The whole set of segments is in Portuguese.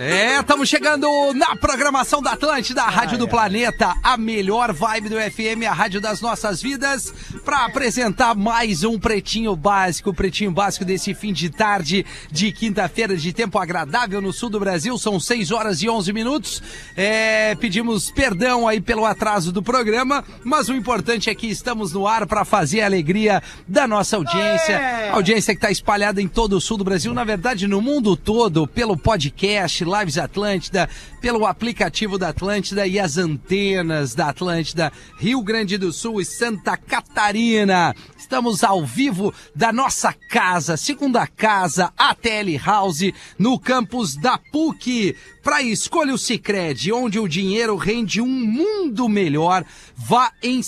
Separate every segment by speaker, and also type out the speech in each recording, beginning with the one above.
Speaker 1: É, estamos chegando na programação da Atlântida, a Rádio do Planeta, a melhor vibe do FM, a Rádio das Nossas Vidas, para apresentar mais um Pretinho Básico, o Pretinho Básico desse fim de tarde de quinta-feira de tempo agradável no sul do Brasil, são 6 horas e 11 minutos. É, pedimos perdão aí pelo atraso do programa, mas o importante é que estamos no ar para fazer a alegria da nossa audiência, audiência que está espalhada em todo o sul do Brasil, na verdade no mundo todo, pelo podcast Lives Atlântida, pelo aplicativo da Atlântida e as antenas da Atlântida, Rio Grande do Sul e Santa Catarina. Estamos ao vivo da nossa casa, segunda casa, ATL House, no campus da PUC. Para escolha o Cicred, onde o dinheiro rende um mundo melhor, vá em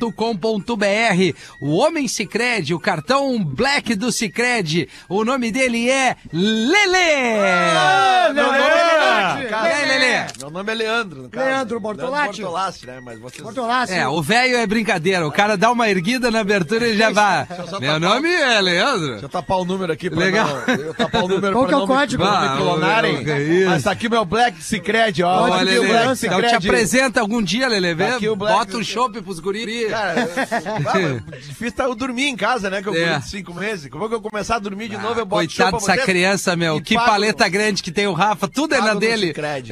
Speaker 1: cicred.com.br. O Homem Cicred, o cartão Black do Cicred, o nome dele é Lele!
Speaker 2: Meu nome é Leandro,
Speaker 1: E aí,
Speaker 2: cara.
Speaker 1: Lelê?
Speaker 2: Meu nome é Leandro, no caso.
Speaker 3: Leandro Bortolatti.
Speaker 2: Leandro Bortolatti, né? Mas vocês...
Speaker 3: Bortolassi.
Speaker 1: É, o velho é brincadeira. O cara dá uma erguida na abertura e já vai.
Speaker 2: só
Speaker 1: Meu
Speaker 2: tapar-
Speaker 1: nome é
Speaker 2: Deixa
Speaker 1: Leandro.
Speaker 2: eu tapar o número aqui pra
Speaker 1: Legal.
Speaker 2: não... Eu tapar o número
Speaker 3: Qual
Speaker 2: pra
Speaker 3: que é o
Speaker 2: não me-
Speaker 3: código?
Speaker 2: pra não
Speaker 1: Ah,
Speaker 2: me clonarem.
Speaker 1: que isso.
Speaker 2: Mas tá aqui meu Black Secret, ó.
Speaker 1: Olha,
Speaker 2: Tá aqui
Speaker 1: Lelê.
Speaker 2: o Black
Speaker 1: Então te
Speaker 2: Secret.
Speaker 1: apresenta algum dia, Lelê. Vê,
Speaker 2: Tá aqui o Black
Speaker 1: bota um
Speaker 2: do-
Speaker 1: chopp pros guris.
Speaker 2: Cara, É, eu- ah, difícil tá eu dormir em casa, né? Que eu
Speaker 1: É. Ah,
Speaker 2: fui de cinco meses. Como é que eu começar a dormir de novo? Eu boto
Speaker 1: Coitado
Speaker 2: show pra
Speaker 1: dessa
Speaker 2: vocês.
Speaker 1: criança, meu.
Speaker 2: E
Speaker 1: Que
Speaker 2: pago-
Speaker 1: paleta grande que tem o Rafa. Tudo é na
Speaker 2: Pago no
Speaker 1: dele.
Speaker 2: Sicredi.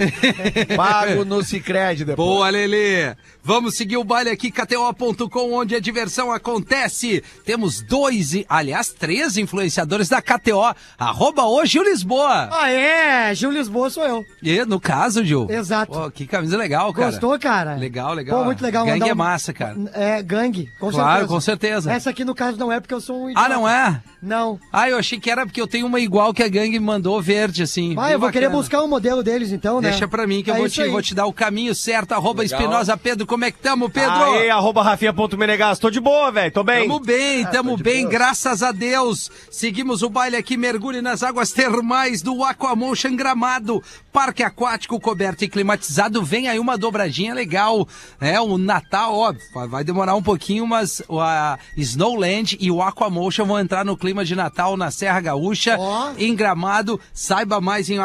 Speaker 2: Pago no Cicred depois.
Speaker 1: Boa, Lelê! Vamos seguir o baile aqui, KTO.com, onde a diversão acontece. Temos dois, e- aliás, três influenciadores da KTO. Arroba hoje o Lisboa.
Speaker 3: Ah, é, Gil Lisboa sou eu.
Speaker 1: E no caso, Gil.
Speaker 3: Exato.
Speaker 1: Pô, que camisa legal, cara.
Speaker 3: Gostou, cara?
Speaker 1: Legal, legal.
Speaker 3: Pô, muito legal.
Speaker 1: Gangue
Speaker 3: mandar um-
Speaker 1: é massa, cara.
Speaker 3: É, gangue, com
Speaker 1: Claro,
Speaker 3: certeza.
Speaker 1: com certeza.
Speaker 3: Essa aqui, no caso, não é porque eu sou um idiota.
Speaker 1: Ah, não é?
Speaker 3: Não.
Speaker 1: Ah, eu achei que era porque eu tenho uma igual que a gangue me mandou verde, assim.
Speaker 3: Ah,
Speaker 1: Bem
Speaker 3: eu vou querer
Speaker 1: bacana.
Speaker 3: buscar o modelo deles, então, né?
Speaker 1: Deixa pra mim que eu
Speaker 3: É
Speaker 1: vou,
Speaker 3: isso
Speaker 1: te,
Speaker 3: aí.
Speaker 1: vou te dar o caminho certo. Arroba
Speaker 2: Legal.
Speaker 1: Espinosa Pedro, como é que tamo, Pedro?
Speaker 4: Aê, arroba rafinha.menegas. Tô de boa, velho. Tô bem.
Speaker 1: Tamo bem,
Speaker 3: Ah, tá
Speaker 1: tamo bem, graças a Deus. Seguimos o baile aqui, mergulhe nas águas termais do Aquamotion Gramado. Parque aquático coberto e climatizado. Vem aí uma dobradinha legal. É, o Natal, ó, vai- vai demorar um pouquinho, mas a Snowland e o Aquamotion vão entrar no clima de Natal na Serra Gaúcha,
Speaker 3: Ó.
Speaker 1: em Gramado. Saiba mais em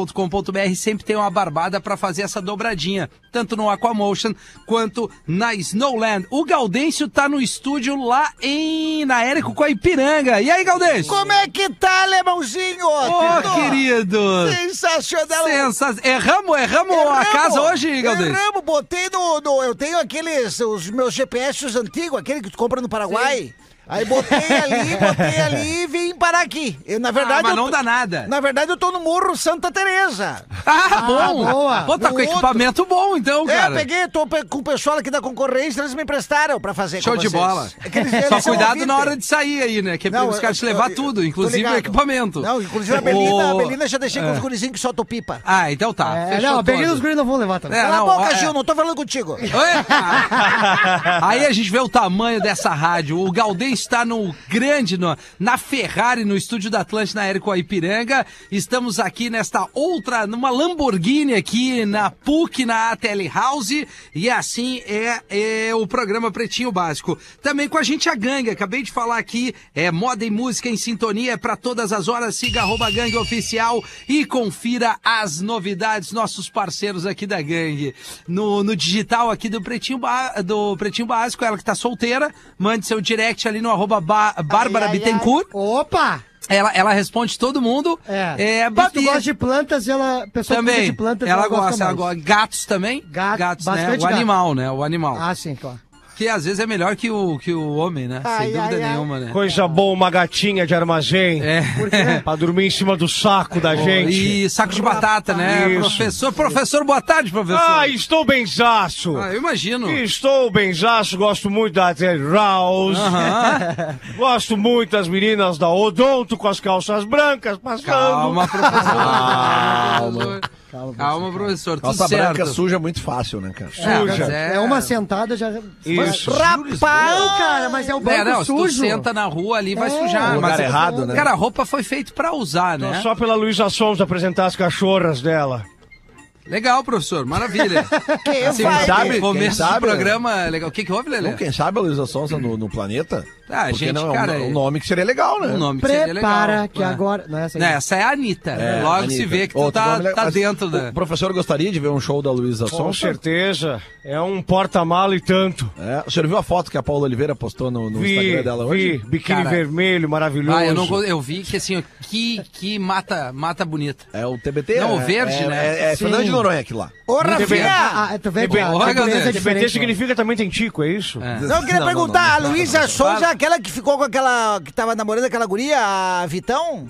Speaker 1: aquamotion.com.br. Sempre tem uma barbada pra fazer essa dobradinha, tanto no Aquamotion quanto na Snowland. O Gaudêncio tá no estúdio lá em na Érico com a Ipiranga. E aí, Gaudêncio?
Speaker 5: Como tá? é que tá, alemãozinho?
Speaker 1: Ô, querido!
Speaker 5: Sensacional!
Speaker 1: Sensa... Erramos, erramos a
Speaker 5: é Erramos!
Speaker 1: casa hoje, Gaudêncio?
Speaker 5: Erramos, botei no, no- Eu tenho aqueles. Os meus GPS antigos, aquele que tu compra no Paraguai. Aí botei ali, botei ali e vim parar aqui. Eu, na verdade.
Speaker 1: Ah, mas
Speaker 5: eu
Speaker 1: não
Speaker 5: tô-
Speaker 1: dá nada.
Speaker 5: Na verdade, eu tô no Morro Santa Teresa.
Speaker 1: Ah, bom!
Speaker 3: boa.
Speaker 1: Pô, tá
Speaker 5: No
Speaker 1: com equipamento bom, então,
Speaker 5: É,
Speaker 1: cara.
Speaker 5: eu peguei, tô pe- com o pessoal aqui da concorrência, eles me emprestaram pra fazer. com
Speaker 1: Show de
Speaker 5: vocês.
Speaker 1: bola.
Speaker 5: É que eles- eles
Speaker 1: Só
Speaker 5: são
Speaker 1: cuidado
Speaker 5: ouvintes.
Speaker 1: na hora de sair aí, né? Que é
Speaker 5: Não,
Speaker 1: os
Speaker 5: eu-
Speaker 1: caras te levar
Speaker 5: eu-
Speaker 1: tudo,
Speaker 5: eu-
Speaker 1: inclusive
Speaker 5: tô
Speaker 1: o
Speaker 5: ligado.
Speaker 1: equipamento.
Speaker 5: Não, inclusive a Belina, a
Speaker 1: Ô,
Speaker 5: Belina já deixei com os gurizinhos que soltam pipa.
Speaker 1: Ah, então tá.
Speaker 3: É,
Speaker 1: fechou
Speaker 3: não, a Belina
Speaker 1: todo.
Speaker 3: os guris não vão levar também.
Speaker 1: É.
Speaker 5: Cala
Speaker 1: não,
Speaker 5: a boca,
Speaker 1: é-
Speaker 5: Gil, não tô falando contigo.
Speaker 1: Eita! Aí a gente vê o tamanho dessa rádio. O Galdês está no grande, no- na Ferrari, no estúdio da Atlântida, na Érico Ipiranga. Estamos aqui nesta outra, numa Lamborghini aqui na PUC, na ATL House. E assim é, é o programa Pretinho Básico. Também com a gente a gangue. Acabei de falar aqui, é moda e música em sintonia para todas as horas. Siga arroba gangue oficial e confira as novidades, nossos parceiros aqui da gangue. No, no digital aqui do Pretinho, Ba- do Pretinho Básico, ela que tá solteira, mande seu direct ali no arroba ba, Bárbara
Speaker 3: Ai, ai, ai.
Speaker 1: Bittencourt.
Speaker 3: Opa!
Speaker 1: Ela, ela responde todo mundo.
Speaker 3: É.
Speaker 1: é
Speaker 3: Se tu
Speaker 1: Babi
Speaker 3: gosta de plantas, ela. Pessoa que
Speaker 1: também.
Speaker 3: gosta de plantas,
Speaker 1: ela gosta, ela
Speaker 3: mais.
Speaker 1: gosta. Gatos também.
Speaker 3: Gato-
Speaker 1: gatos, né? O
Speaker 3: bastante gato.
Speaker 1: animal, né? O animal.
Speaker 3: Ah, sim, claro.
Speaker 1: Que às vezes é melhor que o, que o homem, né? Sem
Speaker 5: Ai,
Speaker 1: dúvida
Speaker 5: ai, ai.
Speaker 1: nenhuma, né?
Speaker 4: Coisa boa, uma gatinha de armazém.
Speaker 1: É.
Speaker 4: Pra dormir em cima do saco da gente.
Speaker 1: E saco de batata, né?
Speaker 4: Isso.
Speaker 1: Professor, professor, boa tarde, professor.
Speaker 4: Ah, estou benzaço.
Speaker 1: Ah, eu imagino.
Speaker 4: Estou benzaço, gosto muito da Ted Rouse.
Speaker 2: Ah.
Speaker 1: Aham.
Speaker 4: Gosto muito das meninas da Odonto com as calças brancas passando.
Speaker 1: Calma, professor.
Speaker 4: Calma.
Speaker 3: Calma,
Speaker 1: Calma, professor, tudo
Speaker 2: Calça
Speaker 1: certo.
Speaker 2: branca suja é muito fácil, né, cara? É,
Speaker 1: É, mas
Speaker 4: suja.
Speaker 3: É uma sentada já.
Speaker 4: Isso.
Speaker 3: Não,
Speaker 5: Rapaz!
Speaker 3: cara, mas é o banco
Speaker 1: É, não,
Speaker 3: sujo.
Speaker 1: se tu senta na rua ali, vai
Speaker 3: É.
Speaker 1: sujar.
Speaker 2: Lugar
Speaker 1: Mas,
Speaker 2: errado, né?
Speaker 1: Cara, a roupa foi feita pra usar, né?
Speaker 4: Só pela Luísa Sons apresentar as cachorras dela.
Speaker 1: Legal, professor, maravilha.
Speaker 5: Quem
Speaker 1: Assim,
Speaker 5: vai?
Speaker 2: sabe?
Speaker 1: no começo
Speaker 2: Quem sabe,
Speaker 1: do programa, é legal. O que que houve, Lelê?
Speaker 2: Então, quem sabe a Luísa Sonza no, no planeta?
Speaker 1: Ah,
Speaker 2: Porque
Speaker 1: gente,
Speaker 2: não, é um-
Speaker 1: cara,
Speaker 2: um, nome que seria legal, né?
Speaker 1: Um nome que seria legal.
Speaker 3: Prepara que
Speaker 1: É.
Speaker 3: agora. Não é essa aí.
Speaker 1: Não, essa é a Anitta. né? Logo se
Speaker 2: Anitta.
Speaker 1: vê que tu
Speaker 2: Outro
Speaker 1: tá,
Speaker 2: nome legal,
Speaker 1: tá
Speaker 2: mas
Speaker 1: dentro da...
Speaker 2: O professor gostaria de ver um show da Luísa
Speaker 4: Com
Speaker 2: Sonza?
Speaker 4: certeza. É um porta-mala e tanto.
Speaker 2: É, o senhor viu a foto que a Paula Oliveira postou no, no Instagram dela
Speaker 4: vi,
Speaker 2: hoje?
Speaker 4: biquíni
Speaker 1: Cara.
Speaker 4: vermelho, maravilhoso.
Speaker 1: Ah, eu, não, go- eu vi que assim, ó, que, que mata, mata bonita.
Speaker 2: É o TBT?
Speaker 1: Não, o
Speaker 2: é-
Speaker 1: verde,
Speaker 2: é,
Speaker 1: né?
Speaker 2: É, é
Speaker 3: Sim.
Speaker 2: Fernando de Noronha aqui lá.
Speaker 5: Ô, Rafinha!
Speaker 3: Ah, ah, tu vê que a
Speaker 1: Olha,
Speaker 3: a
Speaker 1: galera,
Speaker 3: beleza é
Speaker 1: de
Speaker 4: TBT
Speaker 3: diferente.
Speaker 4: significa também tem tico, é isso?
Speaker 1: É.
Speaker 5: Não, eu
Speaker 2: Não,
Speaker 5: queria
Speaker 2: não,
Speaker 5: perguntar,
Speaker 2: não,
Speaker 5: a Luísa Souza,
Speaker 1: Fala.
Speaker 5: aquela que ficou com aquela. que tava namorando aquela guria, a Vitão?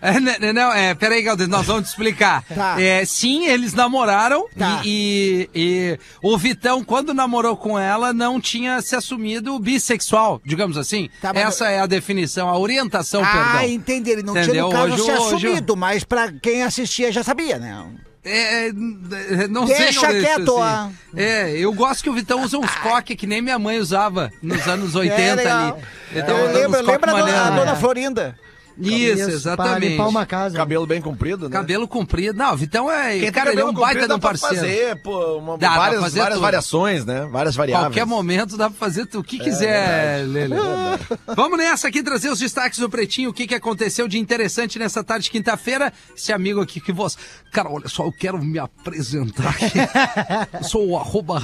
Speaker 1: É, né, né, não, é, peraí, Galdês, nós vamos te explicar.
Speaker 5: Tá.
Speaker 1: É, sim, eles namoraram
Speaker 5: Tá.
Speaker 1: e, e- e o Vitão, quando namorou com ela, não tinha se assumido bissexual, digamos assim.
Speaker 5: Tá, mas
Speaker 1: Essa é a definição, a orientação,
Speaker 5: ah,
Speaker 1: perdão.
Speaker 5: entendi. Ele não
Speaker 1: Entendeu?
Speaker 5: tinha, no caso,
Speaker 1: Hoje
Speaker 5: se
Speaker 1: o- hoje o-
Speaker 5: assumido, mas pra quem assistia já sabia, né?
Speaker 1: É, é, n- não sei.
Speaker 5: Deixa
Speaker 1: Galdês,
Speaker 5: quieto,
Speaker 1: assim. É, eu gosto que o Vitão usa
Speaker 2: Ah.
Speaker 1: uns coque que nem minha mãe usava nos anos 80
Speaker 5: É, legal.
Speaker 1: ali. Ele tava
Speaker 5: eu
Speaker 1: usando
Speaker 5: lembro,
Speaker 1: uns
Speaker 5: lembra a
Speaker 1: coque
Speaker 5: dona, a
Speaker 1: maneiro,
Speaker 5: dona
Speaker 1: né?
Speaker 5: Florinda.
Speaker 1: Isso,
Speaker 3: Pra
Speaker 1: exatamente.
Speaker 3: limpar uma casa.
Speaker 2: Cabelo bem comprido, né?
Speaker 1: Cabelo comprido. Não, Vitão é.
Speaker 2: Quem tem
Speaker 1: cara, ele é
Speaker 2: cabelo
Speaker 1: um baita
Speaker 2: comprido
Speaker 1: de um
Speaker 2: dá pra
Speaker 1: parceiro.
Speaker 2: fazer, pô, uma-
Speaker 1: Dá, dá
Speaker 2: várias,
Speaker 1: pra fazer
Speaker 2: várias
Speaker 1: tudo.
Speaker 2: variações, né? Várias variáveis.
Speaker 1: Qualquer momento dá pra fazer tu- o que quiser, Lele. Vamos nessa aqui trazer os destaques do Pretinho, o que, que aconteceu de interessante nessa tarde de quinta-feira. Esse amigo aqui que você... Cara, olha só, eu quero me apresentar aqui. Eu Sou o arroba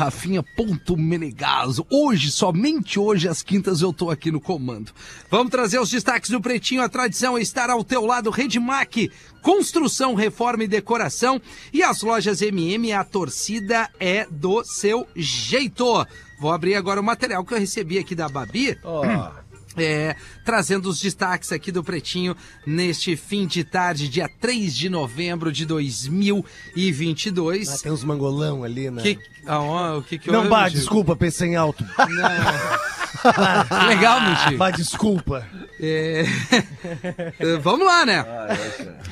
Speaker 1: rafinha.menegaso. Hoje, somente hoje, às quintas, eu tô aqui no comando. Vamos trazer os destaques do Pretinho. A tradição é estar ao teu lado. Redmac, construção, reforma e decoração. E as lojas MM, a torcida é do seu jeito. Vou abrir agora o material que eu recebi aqui da Babi.
Speaker 2: Ó,
Speaker 1: É, trazendo os destaques aqui do Pretinho neste fim de tarde, dia 3 de novembro de 2022.
Speaker 6: Tem uns mangolão ali, né?
Speaker 1: Que, aonde- o que que
Speaker 6: Não,
Speaker 1: houve,
Speaker 6: bah,
Speaker 1: Gil?
Speaker 6: desculpa, pensei em alto.
Speaker 1: Não. Legal, Michi.
Speaker 6: Bah, desculpa.
Speaker 1: É, é, Vamos lá, né?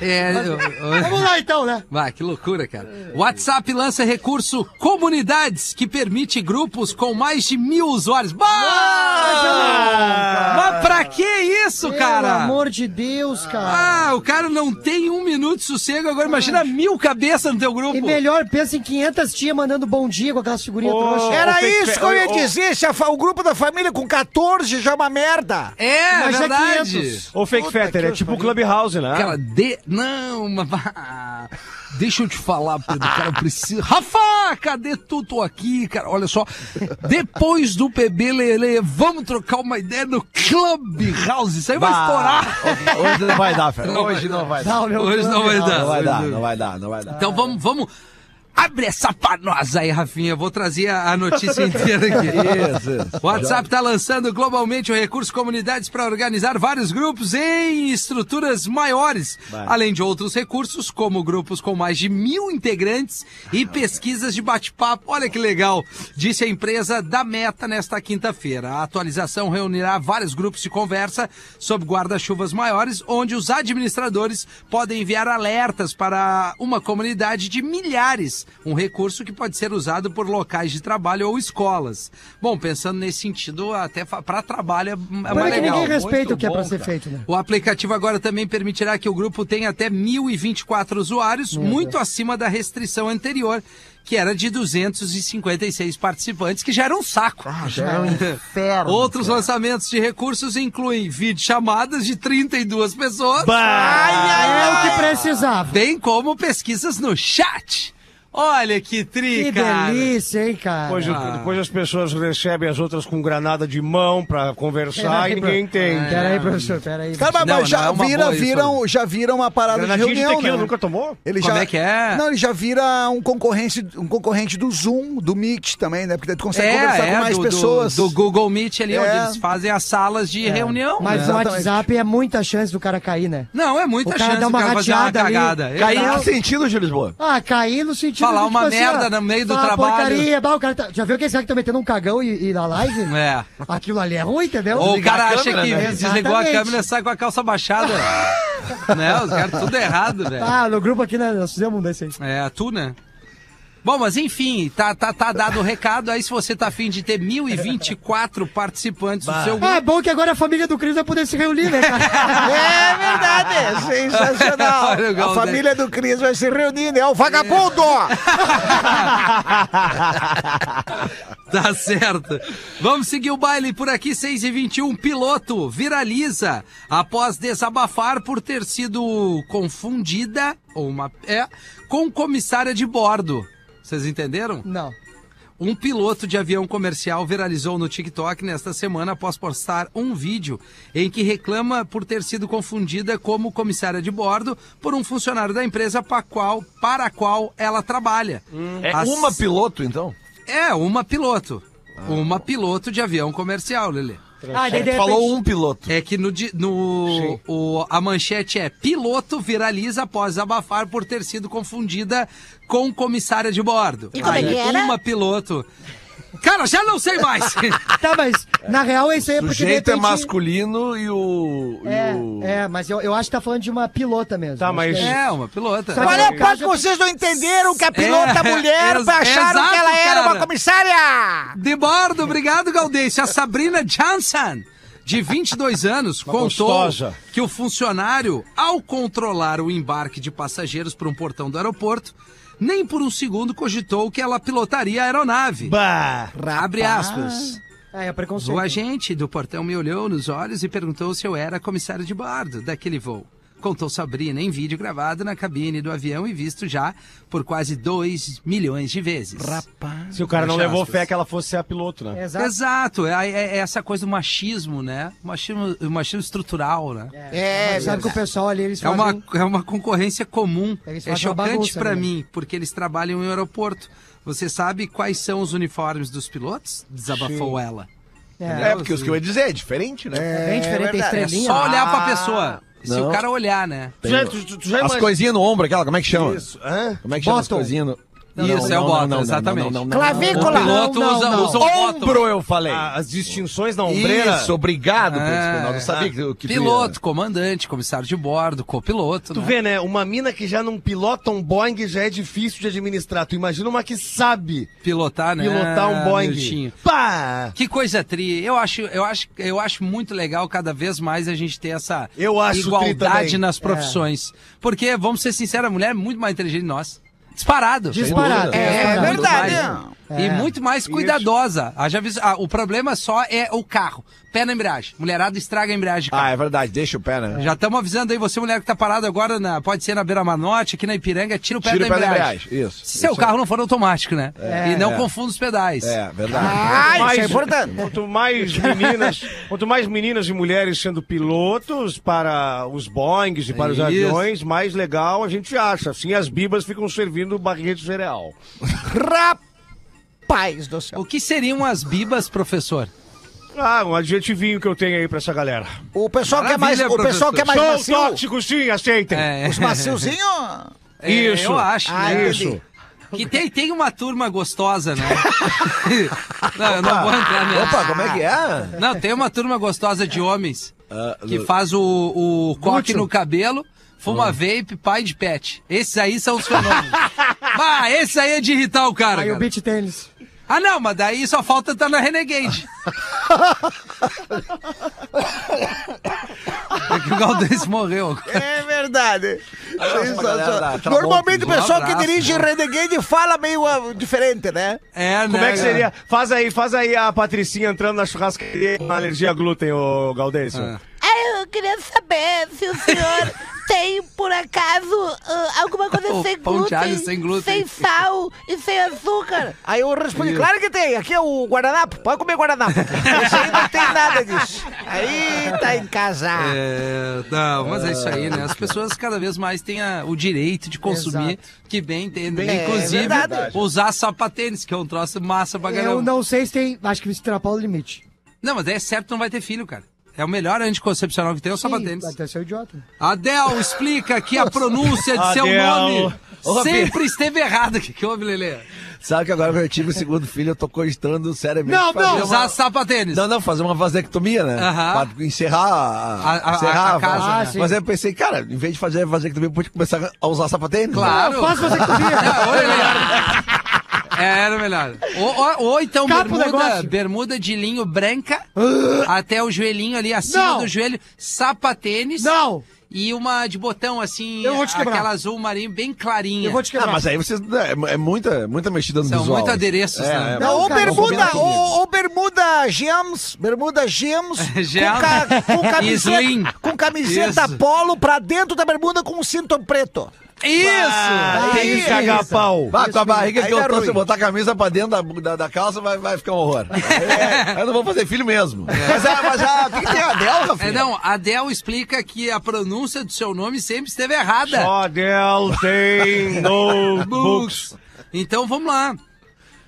Speaker 1: É, eu- eu-
Speaker 3: Vamos lá então, né?
Speaker 1: Vai, que loucura, cara. WhatsApp lança recurso Comunidades, que permite grupos com mais de mil usuários. Bah! Mas pra que isso,
Speaker 3: Pelo
Speaker 1: cara?
Speaker 3: amor de Deus, cara.
Speaker 1: Ah, o cara não tem um minuto de sossego agora. Imagina mil cabeças no teu grupo.
Speaker 3: E melhor, pensa em 500 tia mandando bom dia com aquelas figurinhas
Speaker 4: Ô,
Speaker 3: trouxa.
Speaker 4: ô,
Speaker 5: Era
Speaker 4: Pepe,
Speaker 5: isso que eu ia
Speaker 4: ô, ô.
Speaker 5: dizer, se a fa- o grupo da família com 14 já é uma merda.
Speaker 1: É,
Speaker 3: Imagina
Speaker 1: verdade.
Speaker 3: 500.
Speaker 4: Ô, Fake
Speaker 5: Puta
Speaker 4: Fetter,
Speaker 5: que
Speaker 4: é
Speaker 5: os
Speaker 4: tipo o Clubhouse, né?
Speaker 1: Cara, de... não, mas... ah, deixa eu te falar, Pedro, cara, eu preciso... Rafa, cadê tu? Tô aqui, cara, olha só. Depois do PB Lele, vamos trocar uma ideia no Clubhouse. Isso aí vai estourar.
Speaker 2: Hoje não vai dar, Fer. Hoje não vai dar.
Speaker 3: Não, meu
Speaker 1: Hoje não vai dar.
Speaker 2: Não vai dar, não vai dar, não vai dar.
Speaker 1: Então vamos, vamos... Abre essa pra nós aí, Rafinha. Eu Vou trazer a a notícia inteira aqui.
Speaker 2: Isso, isso.
Speaker 1: O WhatsApp está lançando globalmente o recurso Comunidades para organizar vários grupos em estruturas maiores, além de outros recursos, como grupos com mais de mil integrantes e pesquisas de bate-papo. Olha que legal, disse a empresa da Meta nesta quinta-feira. A atualização reunirá vários grupos de conversa sob guarda-chuvas maiores, onde os administradores podem enviar alertas para uma comunidade de milhares, um recurso que pode ser usado por locais de trabalho ou escolas. Bom, pensando nesse sentido, até para trabalho é, é
Speaker 3: Pena
Speaker 1: mais
Speaker 3: que
Speaker 1: legal.
Speaker 3: ninguém respeita
Speaker 2: muito
Speaker 3: o que é pra
Speaker 2: bom,
Speaker 3: ser feito, né?
Speaker 1: O aplicativo agora também permitirá que o grupo tenha até 1.024 usuários, muito acima da restrição anterior, que era de 256 participantes, que já era um saco. Outros lançamentos de recursos incluem vídeo chamadas de 32 pessoas,
Speaker 4: Bah!
Speaker 3: é o que precisava.
Speaker 1: bem como pesquisas no chat. Olha que tri,
Speaker 3: Que
Speaker 1: cara.
Speaker 3: delícia, hein, cara.
Speaker 4: Depois,
Speaker 1: Ah.
Speaker 4: depois as pessoas recebem as outras com granada de mão pra conversar e ninguém entende.
Speaker 1: É.
Speaker 3: Pera aí, professor, pera aí.
Speaker 5: Cara, mas,
Speaker 1: Não,
Speaker 5: mas já,
Speaker 1: não é uma
Speaker 5: vira,
Speaker 1: boa isso,
Speaker 5: viram, já viram a parada de
Speaker 4: Granadinha de
Speaker 5: reunião,
Speaker 4: tequila,
Speaker 5: né?
Speaker 4: nunca tomou?
Speaker 5: Ele
Speaker 1: Como
Speaker 5: já,
Speaker 1: é que é?
Speaker 5: Não, ele já vira um concorrente, um concorrente do Zoom, do Meet também, né? Porque daí tu consegue conversar com mais
Speaker 1: É, do, do-
Speaker 5: pessoas.
Speaker 1: Do, Google Meet ali,
Speaker 5: É.
Speaker 1: onde eles fazem as salas de reunião.
Speaker 3: Mas
Speaker 1: né?
Speaker 3: no
Speaker 5: Exatamente.
Speaker 3: WhatsApp é muita chance do cara cair, né?
Speaker 1: Não, é muita
Speaker 3: O cara
Speaker 1: chance
Speaker 3: dá
Speaker 1: do
Speaker 3: uma
Speaker 1: cara fazer uma
Speaker 3: rateada ali.
Speaker 1: cagada.
Speaker 2: Caiu
Speaker 1: Eu-
Speaker 2: que sentido, Gil Lisboa?
Speaker 3: Ah, cair no sentido
Speaker 1: Falar
Speaker 3: de, tipo,
Speaker 1: uma
Speaker 3: assim,
Speaker 1: merda
Speaker 3: ó,
Speaker 1: no meio do
Speaker 3: falar
Speaker 1: trabalho.
Speaker 3: Porcaria, bah, o cara tá, já viu aquele cara que tá metendo um cagão e, e na live?
Speaker 1: É.
Speaker 3: Aquilo ali é ruim, entendeu?
Speaker 1: Ou o
Speaker 2: Desligar
Speaker 1: cara
Speaker 2: a
Speaker 1: acha
Speaker 2: câmera,
Speaker 1: que
Speaker 2: né?
Speaker 1: desligou a
Speaker 3: Exatamente.
Speaker 1: câmera assim, e sai com a calça baixada. né? Os caras tudo errado, velho.
Speaker 3: Ah, no grupo aqui, né? Nós fizemos um desse aí.
Speaker 1: É, tu, né? Bom, mas enfim, tá, tá, tá dado o recado. Aí se você tá afim de ter 1024 participantes do seu
Speaker 3: Ah, é
Speaker 1: grupo.
Speaker 3: bom que agora a família do Cris vai poder se reunir, né, cara?
Speaker 5: É verdade, é sensacional.
Speaker 1: Olha o
Speaker 5: A
Speaker 1: Galdério.
Speaker 5: família do Cris vai se reunir, né? O vagabundo!
Speaker 1: Tá certo. Vamos seguir o baile por aqui, 6 e 21 Piloto viraliza após desabafar por ter sido confundida, ou uma. É, com comissária de bordo. Vocês entenderam?
Speaker 3: Não.
Speaker 1: Um piloto de avião comercial viralizou no TikTok nesta semana após postar um vídeo em que reclama por ter sido confundida como comissária de bordo por um funcionário da empresa para qual, para a qual ela trabalha.
Speaker 2: É
Speaker 1: As-
Speaker 2: uma piloto, então?
Speaker 1: É, uma piloto. Uma piloto de avião comercial, Lelê.
Speaker 3: Ah, daí, de
Speaker 2: Falou
Speaker 3: repente-
Speaker 2: um piloto.
Speaker 1: É que no, di- no o, a manchete é piloto viraliza após abafar por ter sido confundida com comissária de bordo.
Speaker 7: E como é que era?
Speaker 1: Uma piloto. Cara, já não sei mais.
Speaker 3: Tá, mas na real isso aí é
Speaker 2: O
Speaker 3: porque de
Speaker 2: sujeito é
Speaker 3: repente-
Speaker 2: masculino e o. e o-
Speaker 3: É, é, mas eu, eu acho que tá falando de uma pilota mesmo.
Speaker 4: Tá,
Speaker 3: Acho
Speaker 4: mas-
Speaker 3: que é-
Speaker 1: é, uma pilota.
Speaker 3: Só
Speaker 5: Qual é o
Speaker 3: Cara, já-
Speaker 5: papo que vocês não entenderam que a pilota
Speaker 1: É,
Speaker 5: mulher
Speaker 1: ex-
Speaker 5: acharam
Speaker 1: exato,
Speaker 5: que ela era
Speaker 1: cara.
Speaker 5: uma comissária?
Speaker 1: De bordo, obrigado, Galdêncio. A Sabrina Johnson, de 22 anos, contou
Speaker 4: gostosa.
Speaker 1: que o funcionário, ao controlar o embarque de passageiros por um portão do aeroporto, nem por um segundo cogitou que ela pilotaria a aeronave.
Speaker 4: Bah!
Speaker 1: Abre aspas.
Speaker 3: Ah, é preconceito.
Speaker 1: O agente do portão me olhou nos olhos e perguntou se eu era comissário de bordo daquele voo. Contou Sabrina em vídeo gravado na cabine do avião e visto já por quase 2 milhões de vezes.
Speaker 4: Se o cara não
Speaker 1: Fecha
Speaker 4: levou
Speaker 1: aspas.
Speaker 4: fé que ela fosse a piloto, né?
Speaker 3: Exato.
Speaker 1: Exato, é, é- é essa coisa do machismo, né? Machismo, machismo estrutural, né? É,
Speaker 5: É,
Speaker 3: Sabe que o pessoal ali, eles fazem...
Speaker 1: uma, é uma concorrência comum.
Speaker 3: Eles
Speaker 1: É
Speaker 3: fazem uma
Speaker 1: chocante
Speaker 3: bagunça,
Speaker 1: pra
Speaker 3: né?
Speaker 1: mim, porque eles trabalham em um aeroporto. Você sabe quais são os uniformes dos pilotos? Desabafou ela.
Speaker 3: É,
Speaker 2: É, porque os que eu ia dizer é diferente, né?
Speaker 3: é bem diferente, tem
Speaker 1: É
Speaker 3: estrelinha.
Speaker 1: só olhar pra pessoa. Se
Speaker 2: não.
Speaker 1: o cara olhar, né?
Speaker 6: Tu já, tu, tu- tu já
Speaker 2: As
Speaker 6: imagina-
Speaker 2: coisinhas no ombro, aquela, como é que chama?
Speaker 6: Isso, hã?
Speaker 2: Como é que chama as
Speaker 3: Bottom.
Speaker 2: coisinhas no...
Speaker 1: Não, não, é o bottom, exatamente.
Speaker 5: Clavícula.
Speaker 1: O piloto
Speaker 3: Não,
Speaker 1: usa,
Speaker 3: não.
Speaker 1: usa o bottom.
Speaker 2: Ombro, eu falei.
Speaker 4: Ah, As distinções na ombreira.
Speaker 2: Isso, obrigado, Pedro
Speaker 1: É.
Speaker 2: Espinosa. Eu sabia que, que tu ia-
Speaker 1: Piloto, comandante, comissário de bordo, copiloto.
Speaker 6: Tu
Speaker 1: né?
Speaker 6: vê, né? Uma mina que já não pilota um Boeing já é difícil de administrar. Tu imagina uma que sabe
Speaker 1: Pilotar, né?
Speaker 6: pilotar um Boeing.
Speaker 1: Miltinho?
Speaker 6: Pá!
Speaker 1: Que coisa tri. Eu acho, eu acho, eu acho muito legal cada vez mais a gente ter essa
Speaker 6: Eu acho tri
Speaker 1: igualdade
Speaker 6: também. É.
Speaker 1: nas profissões. Porque, vamos ser sinceros, a mulher é muito mais inteligente que nós. Disparado.
Speaker 3: Disparado.
Speaker 5: É,
Speaker 3: disparado.
Speaker 1: Muito
Speaker 5: verdade.
Speaker 1: mais.
Speaker 3: É.
Speaker 1: E muito mais cuidadosa. Haja visto- ah, o problema só é o carro. Pé na embreagem. Mulherada estraga a embreagem. cara.
Speaker 2: Ah, é verdade, deixa o pé, né?
Speaker 1: Já estamos avisando aí, você mulher que tá parado agora, na, pode ser na Beira Manote, aqui na Ipiranga, tira o pé
Speaker 2: Tira
Speaker 1: da
Speaker 2: o pé da
Speaker 1: embreagem.
Speaker 2: embreagem, isso.
Speaker 1: Se seu
Speaker 2: Isso
Speaker 1: carro não for automático, né? e não
Speaker 2: é.
Speaker 1: confunda os pedais.
Speaker 2: É, verdade.
Speaker 5: Ah, isso é
Speaker 4: Mais-
Speaker 5: importante.
Speaker 4: Quanto mais meninas, quanto mais meninas e mulheres sendo pilotos para os Boeings e para os
Speaker 1: Isso.
Speaker 4: aviões, mais legal a gente acha. Assim as bibas ficam servindo barrinha de cereal.
Speaker 5: Paz do céu.
Speaker 1: O que seriam as bibas, professor?
Speaker 4: Ah, um adjetivinho que eu tenho aí pra essa galera.
Speaker 5: O pessoal que é mais,
Speaker 1: Maravilha,
Speaker 5: o pessoal que é mais
Speaker 4: Sou
Speaker 5: macio,
Speaker 4: tóxico, sim, aceitem.
Speaker 1: É.
Speaker 5: os maciozinhos...
Speaker 1: É,
Speaker 4: Isso.
Speaker 1: Eu acho.
Speaker 5: Ah,
Speaker 1: né?
Speaker 5: entendi.
Speaker 4: Isso.
Speaker 1: Que tem, tem uma turma gostosa, né? não, eu não vou entrar nessa.
Speaker 2: Opa, como é que é?
Speaker 1: Não, tem uma turma gostosa de homens
Speaker 2: Ah,
Speaker 1: que faz o, o coque no cabelo, fuma vape, pai de pet. Esses aí são os fenômenos. Ah, esse aí é de irritar o cara.
Speaker 3: Aí o
Speaker 1: cara.
Speaker 3: beat tênis.
Speaker 1: Ah, não, mas daí só falta estar na Renegade. é que o Galdêncio morreu.
Speaker 5: É verdade.
Speaker 2: galera
Speaker 5: Sensacional.
Speaker 2: da Tramontes.
Speaker 5: Normalmente o pessoal
Speaker 1: Um
Speaker 5: que
Speaker 1: abraço,
Speaker 5: dirige
Speaker 1: mano.
Speaker 5: Renegade fala meio ah, diferente, né?
Speaker 1: É,
Speaker 4: Como é que seria? Faz aí, faz aí a Patricinha entrando na churrascaria com alergia a glúten, ô Gaudêncio.
Speaker 1: Ah.
Speaker 7: Ah, eu queria saber se o senhor tem, por acaso, ah, alguma coisa
Speaker 1: O
Speaker 7: sem
Speaker 1: pão de
Speaker 7: glúten,
Speaker 1: alho sem glúten.
Speaker 7: sem sal e sem açúcar.
Speaker 5: Aí eu respondi, claro que tem, aqui é o guardanapo, pode comer guardanapo. Esse aí não tem nada disso. Aí tá em casa.
Speaker 1: É, não, mas é isso aí, né? As pessoas cada vez mais têm a- o direito de consumir que bem entendem.
Speaker 5: É
Speaker 1: Inclusive,
Speaker 5: verdade.
Speaker 1: usar sapatênis, que é um troço massa pra
Speaker 3: Eu
Speaker 1: caramba. Não...
Speaker 3: não sei se tem... Acho que isso extrapola o limite.
Speaker 1: mas é certo, não vai ter filho, cara. É o melhor anticoncepcional que tem, é o sapatênis.
Speaker 3: Até ser idiota. né?
Speaker 1: Adel, explica que a pronúncia de seu
Speaker 4: Adel.
Speaker 1: nome
Speaker 2: Ô, Rafinha.
Speaker 1: sempre esteve errada. O que, que houve, Lelê?
Speaker 2: Sabe que agora que eu tive o segundo filho, eu tô cogitando seriamente.
Speaker 4: Não,
Speaker 2: fazer
Speaker 4: não.
Speaker 2: uma-
Speaker 1: Usar sapatênis.
Speaker 2: Não, não, fazer uma vasectomia, né?
Speaker 1: Aham.
Speaker 2: Pra encerrar a,
Speaker 1: A- a-
Speaker 2: encerrar
Speaker 1: a casa,
Speaker 2: vase-
Speaker 3: né? Ah, sim.
Speaker 2: Mas aí eu pensei, cara, em vez de fazer vasectomia, eu pude começar a usar sapatênis. né?
Speaker 1: Claro.
Speaker 3: Eu faço vasectomia.
Speaker 1: Ou é melhor. É, era melhor. Ou, ou- ou então
Speaker 3: Capa o
Speaker 1: bermuda,
Speaker 3: negócio. Ah.
Speaker 1: bermuda de linho branca até o joelhinho ali, acima
Speaker 3: Não.
Speaker 1: do joelho, sapatênis
Speaker 3: Não!
Speaker 1: e uma de botão assim,
Speaker 3: Eu vou te quebrar.
Speaker 1: aquela azul marinho bem clarinha.
Speaker 3: Eu vou te
Speaker 2: Ah,
Speaker 3: quebrar.
Speaker 2: mas aí vocês. É, é muita, muita mexida no
Speaker 1: São
Speaker 2: visual.
Speaker 1: muito adereços,
Speaker 2: É,
Speaker 1: né?
Speaker 2: é.
Speaker 5: Não,
Speaker 3: Não,
Speaker 5: ou
Speaker 3: cara, não
Speaker 5: bermuda,
Speaker 3: combina
Speaker 5: ou,
Speaker 3: comigo.
Speaker 5: ou bermuda Gems, bermuda Gems,
Speaker 1: Gems.
Speaker 5: com, ca- com
Speaker 1: E
Speaker 5: camiseta,
Speaker 1: slim.
Speaker 5: com camiseta
Speaker 1: Isso.
Speaker 5: polo pra dentro da bermuda com um cinto preto.
Speaker 1: Isso!
Speaker 4: Tem que cagar pau.
Speaker 2: Vá, com a barriga
Speaker 5: Aí
Speaker 2: que eu
Speaker 5: dá
Speaker 2: tô,
Speaker 5: ruim.
Speaker 2: se eu botar a camisa pra dentro da, da, da calça, vai, vai ficar um horror. Aí,
Speaker 1: É.
Speaker 2: aí eu não vou fazer filho mesmo. Mas, ah, mas ah, o que, que tem a Del, Rafinha?
Speaker 1: É, não, a Adel explica que a pronúncia do seu nome sempre esteve errada.
Speaker 4: Só Del tem notebooks.
Speaker 1: Books. Então vamos lá.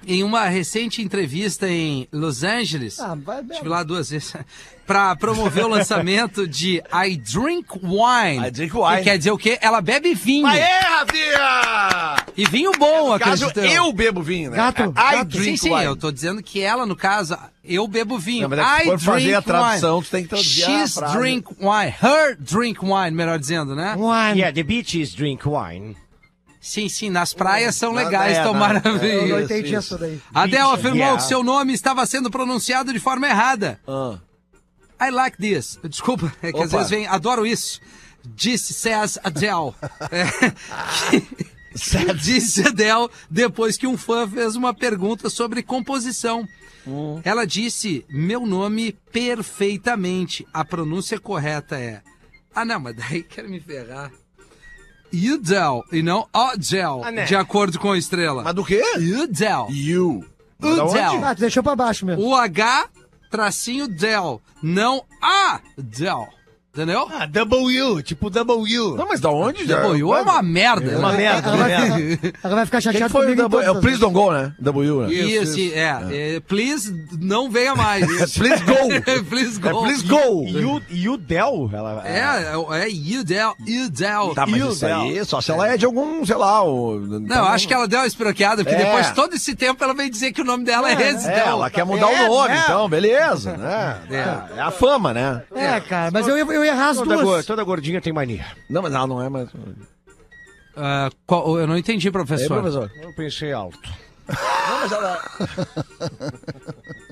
Speaker 1: Em uma recente entrevista em Los Angeles,
Speaker 3: Ah, vai bem.
Speaker 1: estive lá duas vezes, para promover o lançamento de I Drink Wine.
Speaker 2: I Drink Wine.
Speaker 1: Que quer dizer o quê? Ela bebe vinho.
Speaker 2: Aê, Rafinha!
Speaker 1: E vinho bom,
Speaker 2: Caso
Speaker 1: acredito
Speaker 2: eu bebo vinho, né?
Speaker 3: Gato,
Speaker 2: I
Speaker 3: gato.
Speaker 1: Sim,
Speaker 2: drink
Speaker 1: sim,
Speaker 2: wine.
Speaker 1: eu tô dizendo que ela, no caso, eu bebo vinho.
Speaker 2: Não, mas é que se
Speaker 1: I
Speaker 2: for fazer
Speaker 1: drink
Speaker 2: a tradução,
Speaker 1: wine.
Speaker 2: tu tem que traduzir a
Speaker 1: She's
Speaker 2: frase.
Speaker 1: drink wine. Her drink wine, melhor dizendo, né?
Speaker 3: Wine.
Speaker 4: Yeah, the beaches drink wine.
Speaker 1: Sim, sim, nas praias são
Speaker 2: Nada
Speaker 1: legais
Speaker 2: é,
Speaker 1: tomar
Speaker 2: nada.
Speaker 1: a vinho.
Speaker 3: Eu não
Speaker 2: Isso,
Speaker 3: entendi
Speaker 2: isso.
Speaker 3: essa daí.
Speaker 1: Adele afirmou
Speaker 4: Yeah.
Speaker 1: que seu nome estava sendo pronunciado de forma errada.
Speaker 4: Ah.
Speaker 1: I like this. Desculpa, é que às
Speaker 2: Opa.
Speaker 1: vezes vem, adoro isso. Disse says Adele. É, que- disse Adele depois que um fã fez uma pergunta sobre composição.
Speaker 4: Hum.
Speaker 1: Ela disse meu nome perfeitamente. A pronúncia correta é. Ah, não, mas daí quero me ferrar. Udel e não Odell,
Speaker 4: Ah, né.
Speaker 1: de acordo com a estrela.
Speaker 2: Mas do quê?
Speaker 1: Udel.
Speaker 2: You.
Speaker 1: Udel.
Speaker 3: Ah, tu deixou pra baixo mesmo.
Speaker 1: O H tracinho Del. Não A Del. Entendeu?
Speaker 6: Ah, double U, tipo double U.
Speaker 2: Não, mas da onde?
Speaker 1: Pô, eu é uma merda.
Speaker 4: Uma
Speaker 1: né?
Speaker 4: merda,
Speaker 3: Ela
Speaker 4: né?
Speaker 3: vai, ela vai ficar
Speaker 2: Quem
Speaker 3: chateada
Speaker 2: foi o
Speaker 3: comigo. em
Speaker 2: double,
Speaker 3: todas
Speaker 2: É o
Speaker 3: as
Speaker 2: Please Don't Go, né? W, né?
Speaker 1: Isso, é, é, Please, não venha mais.
Speaker 2: Please Go.
Speaker 1: please
Speaker 2: É
Speaker 1: go.
Speaker 2: Please Go.
Speaker 4: E o- E o Del, ela...
Speaker 1: É, é, é Udel, Udel.
Speaker 2: Tá, mas
Speaker 4: E o
Speaker 2: isso
Speaker 4: Del?
Speaker 2: aí, só se ela é de algum, sei lá, o...
Speaker 1: Não, eu acho que ela deu uma espiroqueada, porque
Speaker 2: É.
Speaker 1: depois de todo esse tempo ela veio dizer que o nome dela é
Speaker 2: É,
Speaker 1: Residel.
Speaker 2: ela quer mudar
Speaker 5: É,
Speaker 2: o nome,
Speaker 5: né?
Speaker 2: então, beleza, né? É, é a fama, né?
Speaker 3: duas. É, cara, mas eu, eu, eu ia errar as
Speaker 4: Toda, gor-
Speaker 3: duas.
Speaker 4: toda gordinha tem mania.
Speaker 2: Não, mas ela não é mais...
Speaker 1: Ah, qual- eu não entendi,
Speaker 2: É,
Speaker 1: professor.
Speaker 2: professor?
Speaker 4: Eu pensei alto.
Speaker 2: Não, mas ela...